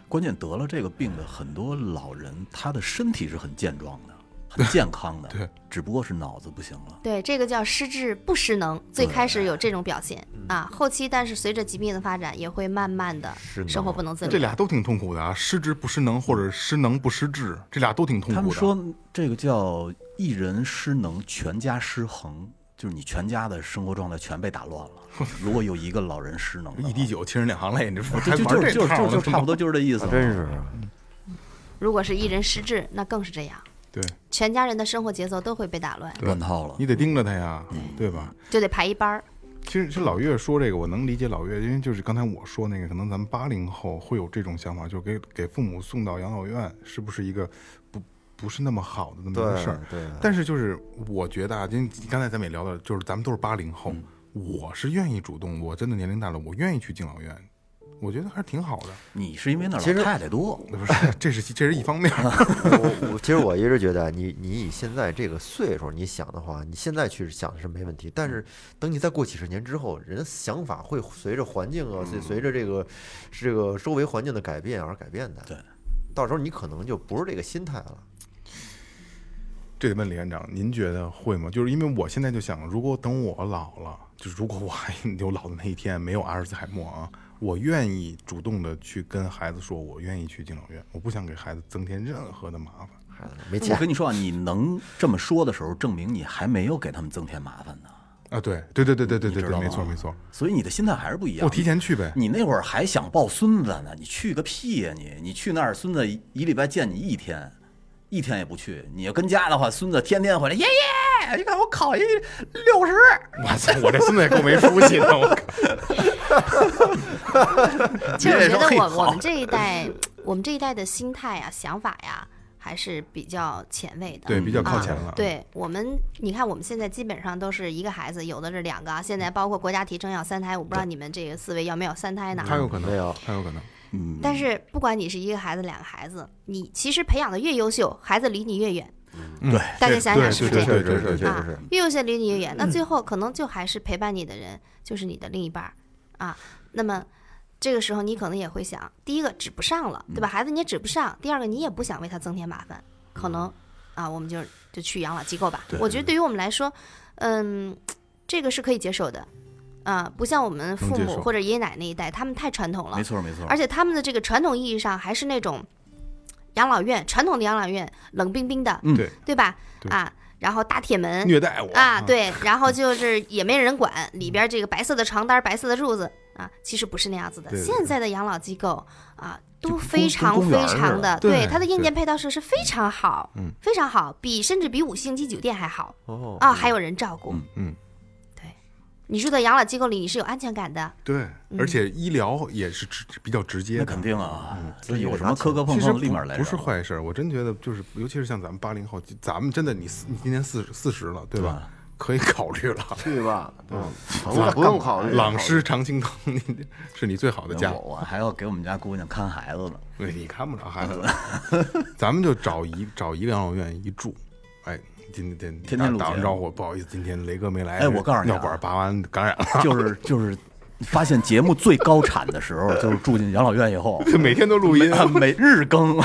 F: 关键得了这个病的很多老人，他的身体是很健壮的，很健康 的，
C: 对，
F: 只不过是脑子不行了。
G: 对，这个叫失智不失能，最开始有这种表现啊，后期但是随着疾病的发展，也会慢慢的
E: 能
G: 生活不能自
C: 这
G: 理。
C: 俩都挺痛苦的啊，失职不失能，或者失能不失智，这俩都挺痛苦的。啊
F: 他们说这个叫一人失能，全家失衡，就是你全家的生活状态全被打乱 了。如果有一个老人失能的话，
C: 一滴酒亲人两行泪，你 说还
F: 就就
C: 玩
F: 就
C: 这
F: 就
C: 套
F: 就
C: 呢啊
F: 就 差不多就是这意思。
E: 真是
G: 如果是一人失智，那更是这样，
C: 对，
G: 全家人的生活节奏都会被打乱，
F: 乱套了
C: 你。得盯着他呀，对吧？
G: 就得排一班儿。
C: 其实，其实老岳说这个，我能理解老岳，因为就是刚才我说那个，可能咱们八零后会有这种想法，就给给父母送到养老院，是不是一个不不是那么好的那么一个
E: 对
C: 事儿？
E: 对，
C: 但是就是我觉得啊，因为刚才咱们也聊到，就是咱们都是八零
E: 嗯
C: 后，我是愿意主动，我真的年龄大了，我愿意去敬老院，我觉得还是挺 好的。
F: 你是因为那
E: 其实
F: 老太太多，
C: 不是，这是这是一方面儿，
E: 我我其实我一直觉得啊，你你以现在这个岁数，你想的话，你现在去想是没问题，但是等你再过几十年之后，人的想法会随着环境啊，随随着这个这个周围环境的改变而改变的。
F: 对，
E: 到时候你可能就不是这个心态了。
C: 这得问李院长，您觉得会吗？就是因为我现在就想，如果等我老了，就是如果我还 有老的那一天，没有阿尔兹海默啊，我愿意主动的去跟孩子说，我愿意去敬老院，我不想给孩子增添任何的麻烦。
E: 孩子没
F: 我
E: 钱，
F: 跟你说啊，你能这么说的时候，证明你还没有给他们增添麻烦呢。
C: 啊，对，对对对对对
F: 你
C: 对
F: 知
C: 对，
F: 道吗
C: 没错没错，
F: 所以你的心态还是不一样。
C: 我提前去呗。
F: 你那会儿还想抱孙子呢，你去个屁呀、你！你去那儿，孙子一一礼拜见你一天，一天也不去。你要跟家的话，孙子天天回来，爷爷，你看我考一六十，
C: 哇塞，我这孙子也够没出息的， 我靠！
G: 其实我觉
F: 这
G: 得
F: 也是
G: 我
F: 好
G: 我们这一代，我们这一代的心态呀、想法呀，还是比较前卫的。
C: 对，比较靠前
G: 啊
C: 了。。
G: 对我们，你看我们现在基本上都是一个孩子，有的是两个啊。
C: 嗯
G: 现在包括国家提倡要三胎，我不知道你们这个四位要没有三胎呢。
C: 啊他有嗯可能，
E: 没有
C: 他有可能，
G: 但是不管你是一个孩子、两个孩子，你其实培养的越优秀，孩子离你越远。
C: 嗯对
G: 大家想想是
C: 对
G: 不
C: 对对对
E: 确实
G: 是这样
C: 对
E: 是，
C: 对
E: 确
C: 对，
E: 实是。
G: 越优秀离你越远，那最后可能就还是陪伴你的人就是你的另一半儿啊。那么这个时候你可能也会想，第一个指不上了，对吧？孩子你也指不上，第二个你也不想为他增添麻烦，可能啊，我们就就去养老机构吧。
F: 对
G: 我觉得对于我们来说，嗯，这个是可以接受的，啊，不像我们父
C: 能接
G: 母
C: 受
G: 或者爷爷奶奶那一代，他们太传统了
F: 没，错没错，
G: 而且他们的这个传统意义上还是那种养老院，传统的养老院冷冰冰的，
F: 嗯
C: 对
G: 对吧？
C: 对
G: 啊，然后大铁门
C: 虐待我
G: 啊，，对，然后就是也没人管，里边这个白色的床单、白色的褥子啊，其实不是那样子的。
C: 对对对
G: 现在的养老机构啊，都
F: 就跟
G: 非常
F: 公园
G: 非
F: 似
G: 常的，
F: 的
C: 对
G: 它的硬
C: 对
G: 件配套设施非常好，
C: 嗯
G: 非常好，比甚至比五星级酒店还好
E: 哦
G: 啊，还有人照顾，
F: 嗯
C: 嗯
G: 对，你住在养老机构里，你是有安全感的，
C: 对，
G: 嗯
C: 而且医疗也是直比较直接
F: 那
C: 的，
F: 肯定啊，
E: 自己
F: 有
E: 给
F: 什
E: 拿
F: 么
E: 钱
F: 磕磕碰
C: 其实
F: 碰立马
C: 不
F: 来人。
C: 不是坏事儿，我真觉得就是，尤其是像咱们八零后，就咱们真的你四你今年四十四十了，对吧？可以考虑了。
D: 去吧，嗯，
C: 朗
D: 不用考虑。
C: 朗诗常青藤，你是你最好的家
F: 我。我啊还要给我们家姑娘看孩子呢，
C: 对你看不着孩 子，咱们就找一找一个养老院一住。哎，今天
F: 天天录
C: 打打
F: 节
C: 完
F: 目
C: 招呼，不好意思，今天雷哥没来。
F: 哎我告诉你啊
C: 尿管拔完感染了，
F: 就是就是，发现节目最高产的时候就是住进养老院以后，啊
C: 每天都录音。
F: 每日更。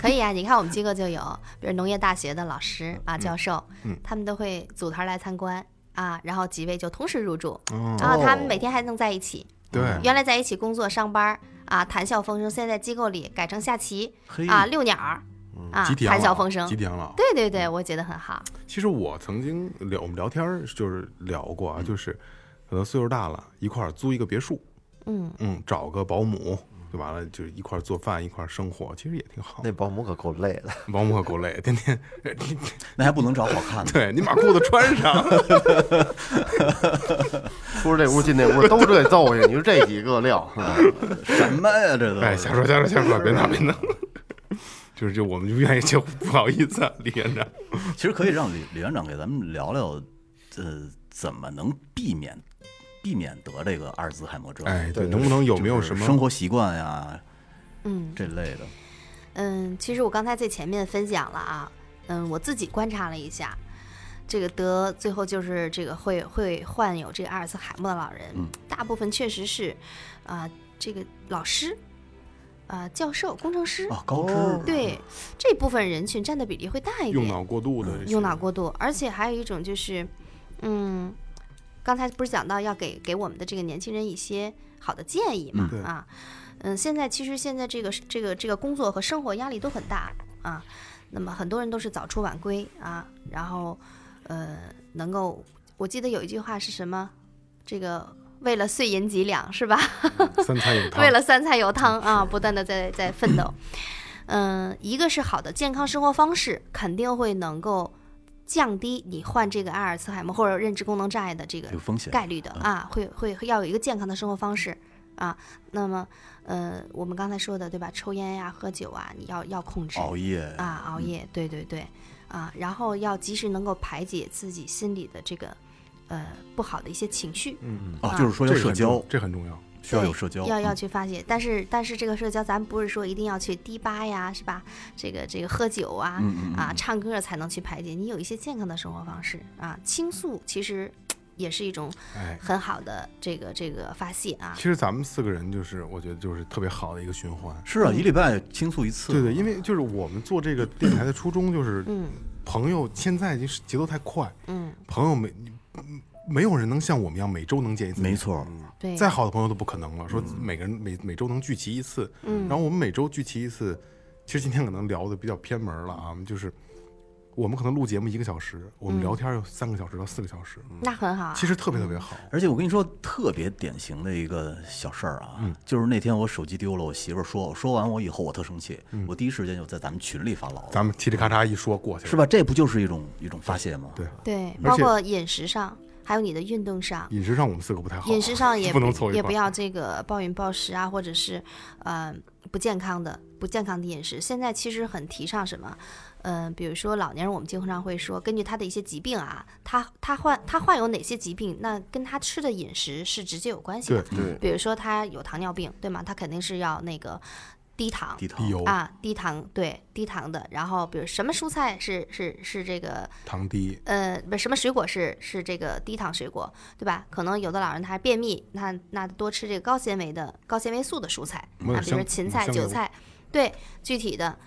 G: 可以啊。你看我们机构就有，比如农业大学的老师啊、教授，他们都会组团来参观。啊，然后几位就同时入住，然后他们每天还能在一起，
C: 对，
G: 原来在一起工作上班儿啊，谈笑风生，现在在机构里改成下棋
F: 嘿
G: 啊，遛鸟儿啊
C: 集体，养
G: 谈笑
C: 老
G: 风生
C: 集。体养老。
G: 对对对，我觉得很好。
C: 其实我曾经聊我们聊天儿就是聊过啊，就是可能岁数大了，一块儿租一个别墅，
G: 嗯，
C: 嗯，找个保姆就完了，就是一块儿做饭，一块儿生活，其实也挺好
E: 那。保姆可够累的，
C: 保姆可够累，天天
F: 那还不能找好看的，
C: 对你把裤子穿上，
D: 出这屋进那屋都这揍去，你说这几个料，
F: 什么呀？这都
C: 哎，瞎说瞎说瞎说，别闹别闹。 就是就我们就愿意就不好意思、啊，李院长。
F: 其实可以让李李院长给咱们聊聊，呃，怎么能避免避免得这个阿尔兹海默症？
C: 哎，对，能不能有
F: 就是
C: 没有什么
F: 生活习惯呀
G: 嗯
F: 这类的？
G: 嗯，其实我刚才在前面分享了啊，嗯，我自己观察了一下，这个得最后就是这个会会患有这个阿尔茨海默的老人，大部分确实是啊、这个老师啊、教授、工程师，
F: 哦，高知、
G: 对这部分人群占的比例会大一点。
C: 用脑过度的？
G: 嗯用脑。过度，而且还有一种就是，嗯，刚才不是讲到要给给我们的这个年轻人一些好的建议嘛
C: 嗯？对
G: 啊，嗯，现在其实现在这个这个这个工作和生活压力都很大啊，那么很多人都是早出晚归啊，然后呃，能够我记得有一句话是什么？这个为了碎银几两是吧？
C: 三餐有汤
G: 为，了三菜有汤啊，不断的在在奋斗。嗯，一个是好的健康生活方式，肯定会能够降低你患这个阿尔茨海默或者认知功能障碍的这个
F: 有风险。
G: 概率的啊，会会会要有一个健康的生活方式啊。那么，呃，我们刚才说的对吧？抽烟呀、喝酒啊，你要要控制
F: 熬夜，嗯
G: 啊，熬夜，对对对啊，然后要及时能够排解自己心里的这个呃不好的一些情绪，
F: 哦，就是说要
C: 这个
F: 社
C: 很重
F: 交
C: 要，，这很重要。
F: 需要
G: 嗯对
F: 有社交，嗯
G: 要要去发泄。但是但是这个社交，咱不是说一定要去迪吧呀，是吧？这个这个喝酒啊、
F: 嗯嗯嗯
G: 啊，唱歌才能去排解。你有一些健康的生活方式啊，倾诉其实嘖也是一种
C: 哎，
G: 很好的这个这个发泄啊
C: 其。实咱们四个人就是，我觉得就是特别好的一个循环。
F: 是
G: 嗯
F: 啊，一礼拜倾诉一次。
C: 对对，因为就是我们做这个电台的初衷就是，
G: 嗯
C: 朋友现在已经是节奏太快，
G: 嗯，
C: 朋友没没有人能像我们一样每周能见一次，
F: 没，错，嗯
G: 对，
C: 再好的朋友都不可能了。说每个人每每周能聚齐一次，
G: 嗯
C: 然后我们每周聚齐一次，其实今天可能聊的比较偏门了啊，就是我们可能录节目一个小时，我们聊天有三个小时到四个小时，
G: 那很嗯好啊。
C: 其实特别特别好。
F: 而且我跟你说，特别典型的一个小事儿啊，
C: 嗯
F: 就是那天我手机丢了，我媳妇儿说，我说完我以后我特生气，我第一时间就在咱们群里发牢骚，
C: 嗯咱们叽里咔嚓一说过去了，
F: 是吧？这不就是一种一种发泄吗？
C: 对
G: 啊对，
C: 而
G: 包
C: 且
G: 括饮食上，还有你的运动上。
C: 饮食上我们四个不太好，
G: 饮食上也
C: 不能凑一块嗯
G: 也不要这个暴饮暴食啊，或者是呃不健康的不健康的饮食。现在其实很提倡什么？嗯、比如说老年人，我们经常会说，根据他的一些疾病啊，他他患他患有哪些疾病，那跟他吃的饮食是直接有关系的。
D: 对
G: 比如说他有糖尿病，对吗？他肯定是要那个低糖
F: 低糖
C: 低油、
G: 啊，低糖对低糖的。然后比如什么蔬菜是是是这个
C: 糖低，
G: 呃，不是什么水果是是这个低糖水果，对吧？可能有的老人他还便秘，那那多吃这个高纤维的高纤维素的蔬菜，
C: 没有
G: 啊，比如说
C: 香
G: 芹
C: 没
G: 菜、
C: 香
G: 韭
C: 油
G: 菜，对，具体的。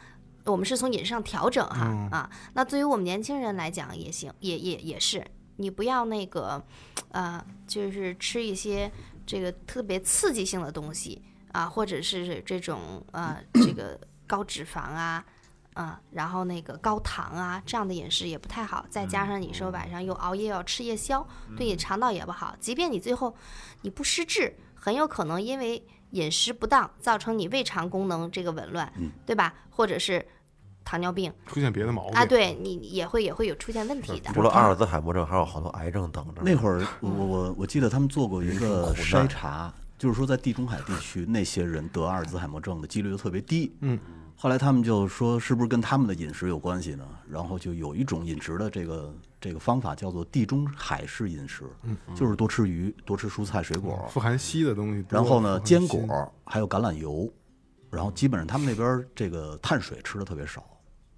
G: 我们是从饮食上调整哈、
C: 嗯
G: 啊，那对于我们年轻人来讲也行，也也也是，你不要那个，呃，就是吃一些这个特别刺激性的东西啊，或者是这种呃这个高脂肪啊，啊，然后那个高糖啊，这样的饮食也不太好。再
E: 嗯
G: 加上你说晚上又熬夜要吃夜宵，对你肠道也不好。即便你最后你不失智，很有可能因为饮食不当造成你胃肠功能这个紊乱，
E: 嗯
G: 对吧？或者是糖尿病
C: 出现别的毛病
G: 啊，对你你也会也会有出现问题的。啊
E: 除了阿尔兹海默症，还有好多癌症等着。
F: 那会儿我我我记得他们做过一个筛查，就是说在地中海地区那些人得阿尔兹海默症的几率就特别低。嗯，后来他们就说是不是跟他们的饮食有关系呢？然后就有一种饮食的这个这个方法叫做地中海式饮食，
C: 嗯
F: 就是多吃鱼、多吃蔬菜水果，
C: 富含硒的东西多。
F: 然后呢，
C: 富含
F: 坚
C: 锌
F: 果还有橄榄油，然后基本上他们那边儿这个碳水吃的特别少，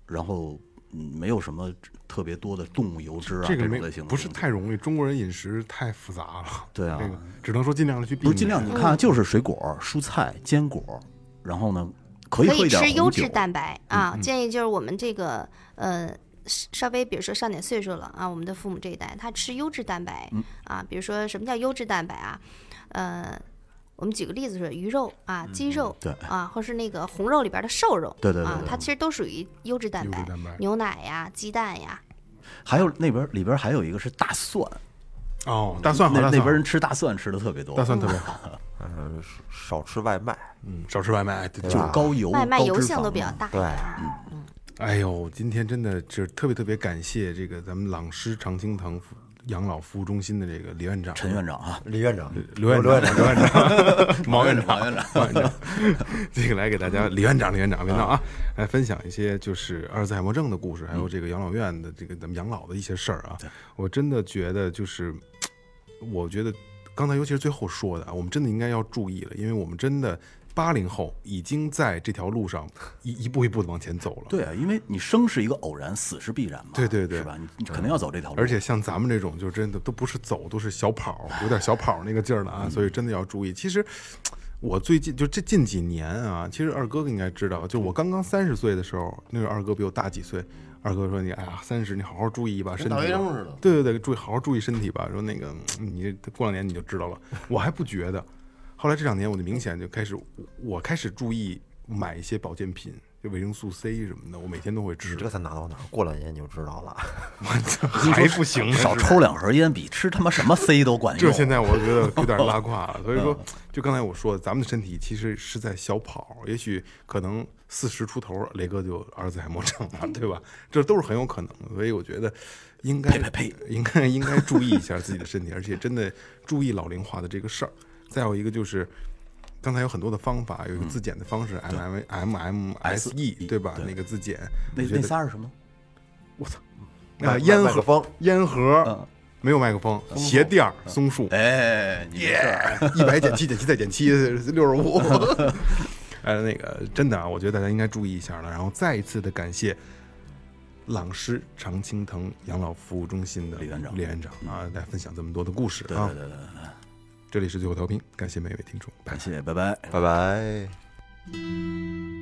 F: 然后嗯没有什么特别多的动物油脂啊
C: 这个
F: 种
C: 没
F: 类型的
C: 不
F: 东西，
C: 是太容易，中国人饮食太复杂了。
F: 对啊
C: 这个只能说尽量的去避
F: 不
C: 免。
F: 是尽量你看啊就是水果、蔬菜、坚果，然后呢可以
G: 可
F: 喝
G: 以
F: 一点
G: 吃优
F: 红酒嗯
G: 质，蛋白啊。建议就是我们这个呃，稍稍微比如说上点岁数了啊，我们的父母这一代，他吃优质蛋白、
F: 嗯
G: 啊，比如说什么叫优质蛋白啊？呃，我们举个例子说，鱼肉啊、鸡肉、
F: 嗯对
G: 啊，或是那个红肉里边的瘦肉，
F: 对对对
G: 啊，
F: 对
G: 它其实都属于优质蛋
C: 优质
G: 白，
C: 蛋白
G: 牛奶呀、鸡蛋呀，
F: 还有那边儿里边儿还有一个是大蒜，
C: 哦，大蒜好，
F: 那
C: 大蒜
F: 那边儿
C: 好
F: 人吃大蒜吃的特别多，
C: 大蒜特别 好，嗯
E: 嗯，少吃外卖。
C: 少吃外卖。对
F: 就
C: 对
F: 是
C: 吧
F: 高油、
G: 外卖
F: 哦高
G: 油
F: 脂
G: 性都
F: 肪
G: 比较
F: 嘛
G: 大。
E: 对，
C: 哎呦，今天真的就是特别特别感谢这个咱们朗诗常青藤服养老服务中心的这个李院长、
F: 陈院长啊，
E: 李院长，
C: 刘院长、刘院长、 毛院长、
F: 王院长。
C: 王院长， 这个来给大家，李院长、李院长，别闹啊，来分享一些就是阿尔兹海默症的故事，还有这个养老院的这个咱们养老的一些事儿啊。我真的觉得就是，我觉得刚才尤其是最后说的啊，我们真的应该要注意了，因为我们真的八零后已经在这条路上一一步一步的往前走了。
F: 对啊，因为你生是一个偶然，死是必然嘛。
C: 对对对
F: 是吧？你你肯定要走这条路。
C: 而且像咱们这种，就真的都不是走，都是小跑，有点小跑那个劲儿了啊，所以真的要注意。其实我最近就这近几年啊，其实二哥应该知道，就我刚刚三十岁的时候，那个二哥比我大几岁，二哥说你哎呀三十你好好注意吧，身体
D: 打
C: 吧
D: 卫生似的
C: 对对对，注意好好注意身体吧。说那个嗯你过两年你就知道了，我还不觉得。后来这两年我就明显就开始，我开始注意买一些保健品，就维生素 C 什么的，我每天都会吃。
E: 这才哪到哪儿，过两年你就知道了。
C: 还不行吗
F: 少抽两盒烟比吃他妈什么 C 都管
C: 这
F: 用。
C: 现在我觉得有点拉胯了。所以说，就刚才我说，咱们的身体其实是在小跑，也许可能四十出头，雷哥就阿尔兹海默症了，对吧？这都是很有可能的。所以我觉得应该
F: 呸呸呸
C: 应该应该注意一下自己的身体，而且真的注意老龄化的这个事儿。再有一个就是。刚才有很多的方法，有一个自检的方式，M M M M S E，对吧？那个自检，
F: 那
C: 我觉
F: 那
C: 得
F: 仨是什么？
C: 啊，烟
E: 麦
C: 盒
E: 克风，
C: 烟盒
F: 嗯
C: 没有麦克风，鞋垫儿松树，
F: 哎，你没事儿
C: 一百减七减七再减七，六十 五。呃，那个真的啊，我觉得大家应该注意一下了。然后再一次的感谢朗诗常青藤养老服务中心的
F: 李院长嗯
C: 李院长啊，来分享这么多的故事
F: 对
C: 啊
F: 对。对嗯对，
C: 这里是最后调频，感谢每位听众，拜拜
F: 感。谢，拜拜。
E: 拜拜。